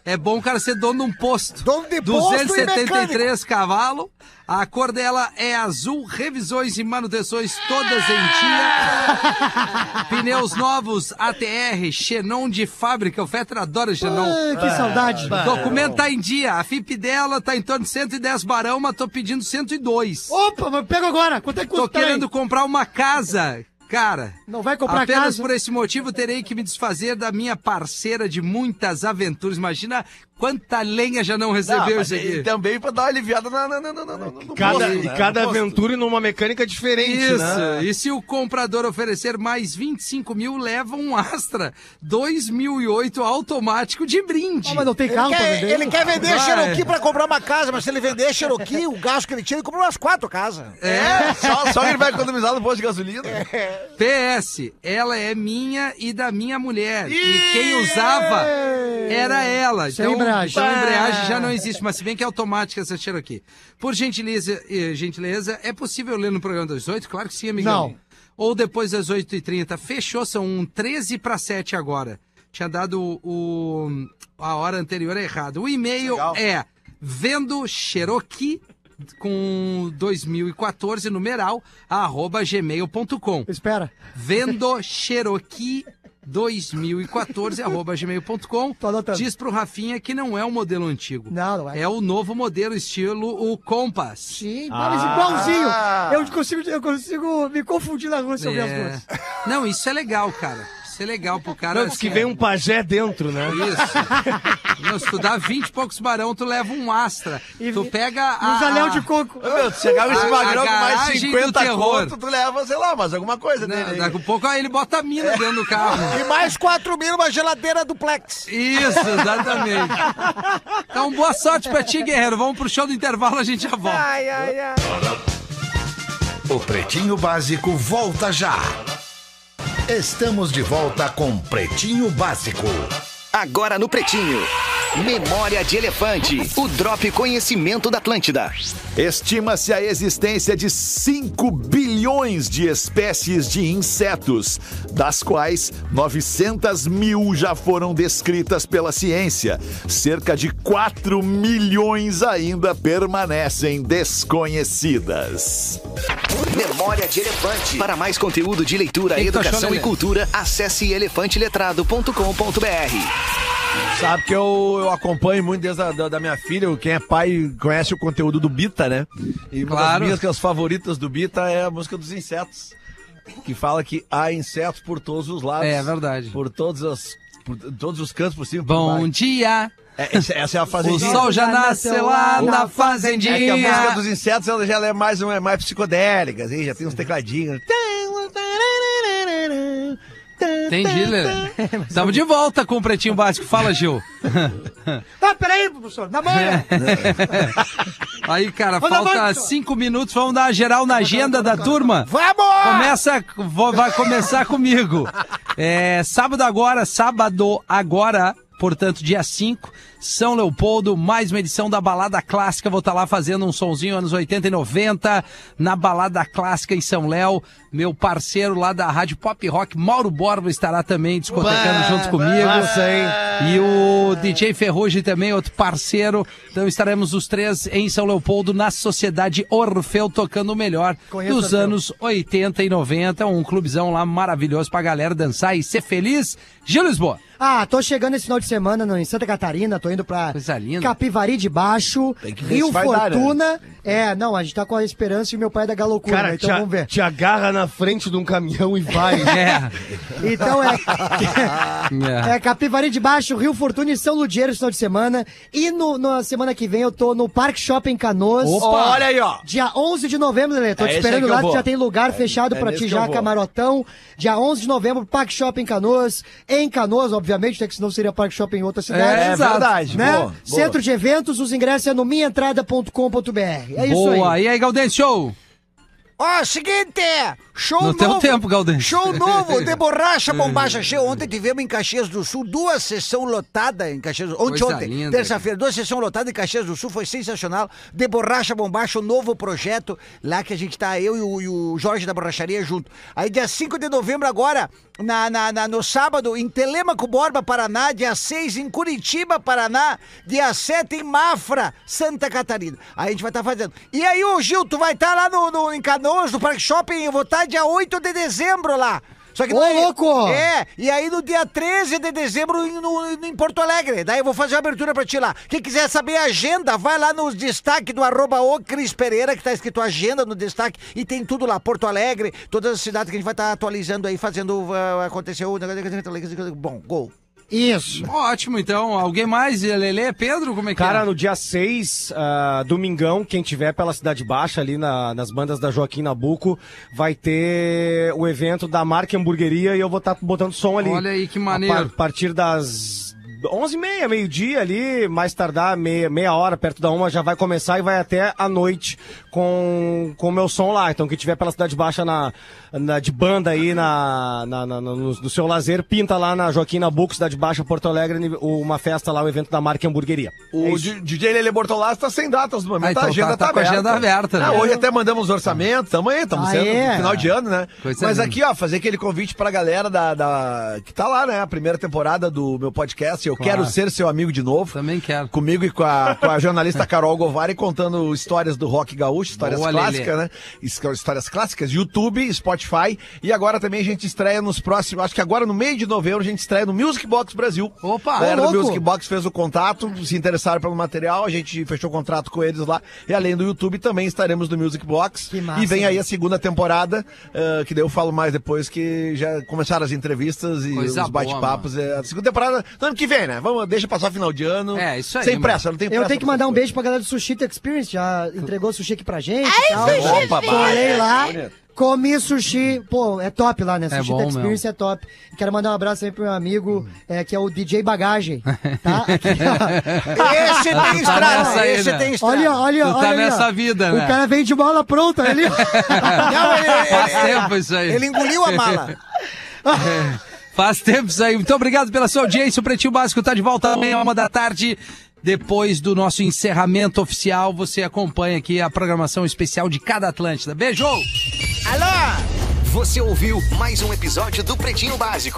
Speaker 1: É bom o cara ser dono de um posto.
Speaker 5: Dono de posto e
Speaker 1: 273 cavalos. A cor dela é azul, revisões e manutenções todas em dia. Pneus novos, ATR, Xenon de fábrica. O Fetra adora Xenon.
Speaker 3: Ah, que saudade.
Speaker 1: Documento tá em dia. A FIP dela tá em torno de 110 barão, mas tô pedindo 102.
Speaker 3: Opa, mas pega agora. Quanto é que custa?
Speaker 1: Tô querendo comprar uma casa, cara.
Speaker 3: Não vai comprar
Speaker 1: Apenas
Speaker 3: casa?
Speaker 1: por esse motivo terei que me desfazer da minha parceira de muitas aventuras. Imagina quanta lenha já não recebeu isso aqui.
Speaker 2: E
Speaker 3: então,
Speaker 2: também pra dar uma aliviada na, na, na, na, na, no
Speaker 6: Cada,
Speaker 2: posto,
Speaker 6: e
Speaker 2: né?
Speaker 6: cada
Speaker 2: No posto.
Speaker 6: aventura e numa mecânica
Speaker 4: é
Speaker 6: diferente,
Speaker 1: Isso.
Speaker 6: né?
Speaker 1: E se o comprador oferecer mais 25 mil, leva um Astra 2008 automático de brinde.
Speaker 3: Ah, mas não tem carro pra
Speaker 5: Quer-
Speaker 3: vender.
Speaker 5: ele quer vender
Speaker 1: Vai.
Speaker 5: Cherokee pra comprar uma casa, mas se ele vender Cherokee, o gasto que ele tira, ele compra umas quatro casas.
Speaker 2: É, só, só ele vai economizar no posto de gasolina.
Speaker 1: PS, ela é minha e da minha mulher. E quem usava era ela.
Speaker 3: Sem embreagem.
Speaker 1: Então, a embreagem já não existe, mas se bem que é automática essa Cherokee. Por gentileza, eh, gentileza, é possível ler no programa das 8? Claro que sim, amigão.
Speaker 3: Não.
Speaker 1: Ou depois das 8h30. Fechou, são 13 para 7 agora. Tinha dado o, a hora anterior errada. O e-mail é vendo Cherokee com 2014 numeral arroba gmail.com
Speaker 3: Espera.
Speaker 1: vendo Cherokee 2014 arroba gmail.com
Speaker 3: Tô anotando.
Speaker 1: diz pro Rafinha que não é o modelo antigo.
Speaker 3: Não, não é.
Speaker 1: É o novo modelo estilo o Compass.
Speaker 3: Sim, parece igualzinho. Eu consigo, eu consigo me confundir na rua se eu ver as
Speaker 1: É.
Speaker 3: duas.
Speaker 1: Não, isso é legal, cara. Isso é legal pro cara. assim,
Speaker 6: Não, diz que vem um pajé dentro, né?
Speaker 1: Isso. Não, se tu dá 20 e poucos barão, tu leva um Astra.
Speaker 3: E-
Speaker 1: tu pega a...
Speaker 3: Uns anel
Speaker 1: a-
Speaker 3: Um de coco.
Speaker 2: Ô, Meu, se chegar
Speaker 1: A-
Speaker 2: esse magrão
Speaker 1: a
Speaker 2: com mais
Speaker 1: garagem do
Speaker 2: 50
Speaker 1: terror.
Speaker 2: conto, tu leva, sei lá, mais alguma coisa
Speaker 1: Não,
Speaker 2: dele.
Speaker 1: Né, daqui a pouco aí ele bota a mina dentro do carro.
Speaker 5: É, E mais quatro mil, uma geladeira duplex.
Speaker 1: Isso, exatamente. Então, boa sorte pra ti, guerreiro. Vamos pro show do intervalo, a gente já volta.
Speaker 9: O Pretinho Básico volta já. Estamos de volta com Pretinho Básico.
Speaker 10: Agora no Pretinho. Memória de Elefante. O Drop Conhecimento da Atlântida.
Speaker 9: Estima-se a existência de 5 bilhões de espécies de insetos, das quais 900 mil já foram descritas pela ciência. Cerca de 4 milhões ainda permanecem desconhecidas.
Speaker 10: Memória de Elefante. Para mais conteúdo de leitura,
Speaker 1: que tu
Speaker 10: educação
Speaker 1: achou,
Speaker 10: e
Speaker 1: Lelê?
Speaker 10: cultura, acesse elefanteletrado.com.br.
Speaker 2: Sabe que eu, eu acompanho muito desde a da, da minha filha. Quem é pai conhece o conteúdo do Bita, né? E uma
Speaker 1: Claro.
Speaker 2: das minhas favoritas do Bita é a música dos insetos. Que fala que há insetos por todos os lados.
Speaker 1: É, é verdade.
Speaker 2: Por todos os, por todos os cantos possíveis. por
Speaker 1: Bom
Speaker 2: baixo.
Speaker 1: dia,
Speaker 2: É, essa, essa é a fazendinha.
Speaker 1: o sol já nasceu lá na
Speaker 2: É que a música dos
Speaker 1: fazendinha.
Speaker 2: insetos ela já é mais, é mais psicodélica, assim, já tem uns tecladinhos.
Speaker 1: Entendi, Lelê. Estamos de volta com o Pretinho Básico. Fala, Gil.
Speaker 3: Ah, peraí, professor. Na manhã.
Speaker 1: Aí, cara,
Speaker 3: Manda
Speaker 1: falta
Speaker 3: mais,
Speaker 1: cinco minutos. Vamos dar uma geral na agenda da turma.
Speaker 5: Vamos!
Speaker 1: Começa, vo- vai começar comigo. É, sábado agora, sábado agora, portanto, dia 5, São Leopoldo, mais uma edição da Balada Clássica. Vou estar lá fazendo um sonzinho anos 80 e 90 na Balada Clássica em São Léo. Meu parceiro lá da Rádio Pop Rock, Mauro Borba, estará também discotecando junto comigo.
Speaker 4: massa, hein?
Speaker 1: E o DJ Ferrugem também, outro parceiro. Então estaremos os três em São Leopoldo, na Sociedade Orfeu, tocando o melhor
Speaker 3: Conheço
Speaker 1: dos
Speaker 3: Orfeu.
Speaker 1: anos 80 e 90. Um clubezão lá maravilhoso pra galera dançar e ser feliz. Gil Lisboa.
Speaker 3: Ah, tô chegando esse final de semana no- em Santa Catarina, tô indo pra
Speaker 1: Coisa linda.
Speaker 3: Capivari de Baixo,
Speaker 2: que ver
Speaker 3: Rio
Speaker 2: se vai dar, né?
Speaker 3: Fortuna. É, não, a gente tá com a esperança e meu pai é da Galocura,
Speaker 4: Cara,
Speaker 3: então
Speaker 4: te, a-
Speaker 3: vamos ver.
Speaker 4: te agarra na frente de um caminhão e vai.
Speaker 1: É.
Speaker 3: Então é,
Speaker 1: É.
Speaker 3: é Capivari de Baixo, Rio Fortuna e São Ludieiro esse final de semana. E no, na semana que vem eu tô no Parque Shopping Canoas.
Speaker 2: Olha aí, ó.
Speaker 3: Dia 11 de novembro, Lelê. Tô
Speaker 2: É
Speaker 3: te
Speaker 2: esse aí que
Speaker 3: esperando
Speaker 2: eu
Speaker 3: lá, tu
Speaker 2: vou.
Speaker 3: já tem lugar fechado
Speaker 2: é
Speaker 3: pra
Speaker 2: nesse
Speaker 3: ti
Speaker 2: que eu
Speaker 3: já,
Speaker 2: vou.
Speaker 3: camarotão. Dia 11 de novembro, Parque Shopping Canoas. Em Canoas, obviamente, né, que senão seria Parque Shopping em outra cidade.
Speaker 1: É, exato.
Speaker 2: verdade,
Speaker 3: Né?
Speaker 2: boa, boa.
Speaker 3: Centro de eventos, os ingressos é no minhaentrada.com.br. É isso
Speaker 1: Boa.
Speaker 3: aí.
Speaker 1: E aí, Gaudêncio?
Speaker 5: Ó, seguinte, show
Speaker 1: No
Speaker 5: novo.
Speaker 1: teu um tempo, Galdêncio.
Speaker 5: Show novo de borracha
Speaker 1: Hum.
Speaker 5: bombacha cheia. Ontem tivemos em Caxias do Sul duas sessões lotadas em Caxias do Sul. Ontem,
Speaker 1: Coisa
Speaker 5: ontem,
Speaker 1: linda,
Speaker 5: terça-feira, duas sessões lotadas em Caxias do Sul. Foi sensacional. De borracha bombacha, o novo projeto lá que a gente tá, eu e o, e o Jorge da Borracharia junto. Aí dia 5 de novembro agora, na, na- na- no sábado, em Telemaco Borba, Paraná. Dia 6 em Curitiba, Paraná. Dia 7 em Mafra, Santa Catarina. Aí a gente vai estar fazendo. E aí, ô Gil, tu vai estar lá no, no- em Canoas, no Parque Shopping. Eu vou estar dia 8 de dezembro lá. Só que
Speaker 3: Ô,
Speaker 5: não é-
Speaker 3: louco!
Speaker 5: É, é, e aí no dia 13 de dezembro em, no- em Porto Alegre. Daí eu vou fazer a abertura pra ti lá. Quem quiser saber a agenda, vai lá nos destaque do arroba o Cris Pereira, que tá escrito agenda no destaque, e tem tudo lá. Porto Alegre, todas as cidades que a gente vai estar atualizando aí, fazendo ah, acontecer o negócio. Bom, gol.
Speaker 3: Isso.
Speaker 1: Ótimo, então. Alguém mais? Lelê? Pedro? Como é que
Speaker 4: Cara,
Speaker 1: é?
Speaker 4: no dia 6, domingão, quem tiver pela Cidade Baixa, ali na- nas bandas da Joaquim Nabuco, vai ter o evento da marca Hamburgueria e eu vou estar botando som ali.
Speaker 1: Olha aí que
Speaker 4: A par-
Speaker 1: maneiro.
Speaker 4: partir das 11h30, meio-dia ali, mais tardar, meia, meia hora, perto da uma, já vai começar e vai até a noite com com o meu som lá. Então, quem tiver pela Cidade Baixa na, na- de banda aí, na, na- na- no, no seu lazer, pinta lá na Joaquim Nabuco, Cidade Baixa, Porto Alegre, uma festa lá, o evento da marca Hamburgueria.
Speaker 2: O Di- DJ Lele Bortolazzi tá sem datas no momento.
Speaker 1: É Ah, então
Speaker 2: a agenda
Speaker 1: tá-
Speaker 2: tá,
Speaker 1: tá com a
Speaker 2: aberta.
Speaker 1: agenda aberta, né?
Speaker 2: Ah, hoje até mandamos orçamento, tamo aí, tamo
Speaker 3: Ah,
Speaker 2: sendo
Speaker 3: é?
Speaker 2: final de ano, né?
Speaker 1: Coisa
Speaker 2: Mas
Speaker 1: linda.
Speaker 2: aqui, ó, fazer aquele convite pra galera da, da- que tá lá, né? A primeira temporada do meu podcast, Eu
Speaker 1: Claro.
Speaker 2: Quero Ser Seu Amigo de Novo.
Speaker 1: Também quero.
Speaker 2: Comigo e com a, com a jornalista Carol Govari contando histórias do rock gaúcho, histórias
Speaker 1: Boa,
Speaker 2: clássicas,
Speaker 1: Lelê.
Speaker 2: né? His- Histórias clássicas, YouTube, Spotify. E agora também a gente estreia nos próximos, acho que agora no meio de novembro, a gente estreia no Music Box Brasil.
Speaker 1: Opa, é
Speaker 2: a galera
Speaker 3: ô,
Speaker 2: do
Speaker 3: louco.
Speaker 2: Music Box fez o contato, se interessaram pelo material, a gente fechou o contrato com eles lá. E além do YouTube, também estaremos no Music Box.
Speaker 3: Que massa,
Speaker 2: e vem aí
Speaker 3: né?
Speaker 2: a segunda temporada, eh, que daí eu falo mais depois, que já começaram as entrevistas e
Speaker 1: Coisa
Speaker 2: os bate-papos.
Speaker 1: boa,
Speaker 2: É, a segunda temporada, no ano que vem, né? Vamos, deixa passar o final de ano.
Speaker 1: É, isso aí,
Speaker 2: Sem
Speaker 1: mano.
Speaker 2: pressa, não tem pressa.
Speaker 3: Eu tenho que mandar um
Speaker 2: pra
Speaker 3: beijo pra galera do Sushi Tech Experience, já entregou sushi aqui pra gente.
Speaker 7: Ai,
Speaker 3: e tal.
Speaker 7: sushi
Speaker 2: Opa,
Speaker 7: fino.
Speaker 3: Colei lá, comi sushi, pô, é top lá, né?
Speaker 1: É
Speaker 3: Sushi
Speaker 1: bom
Speaker 3: Tech Experience
Speaker 1: mesmo. Hum.
Speaker 3: é top. Quero mandar um abraço aí pro meu amigo, é, que é o DJ Bagagem, tá? Aqui, ó.
Speaker 5: Esse
Speaker 3: Tá
Speaker 5: tem estrada,
Speaker 1: nessa aí,
Speaker 5: esse
Speaker 1: né?
Speaker 5: tem estrada.
Speaker 3: Olha, olha,
Speaker 1: Tu
Speaker 3: olha.
Speaker 1: tá
Speaker 3: ali, ó.
Speaker 1: nessa vida, né?
Speaker 3: O cara vem de bola pronta ali. ó.
Speaker 5: Não, ele,
Speaker 1: Faz
Speaker 5: ele-
Speaker 1: tempo isso aí. É.
Speaker 5: ele engoliu a mala.
Speaker 1: Faz tempo isso aí. Muito obrigado pela sua audiência. O Pretinho Básico tá de volta amanhã, uma da tarde. Depois do nosso encerramento oficial, você acompanha aqui a programação especial de cada Atlântida. Beijo!
Speaker 5: Alô!
Speaker 10: Você ouviu mais um episódio do Pretinho Básico.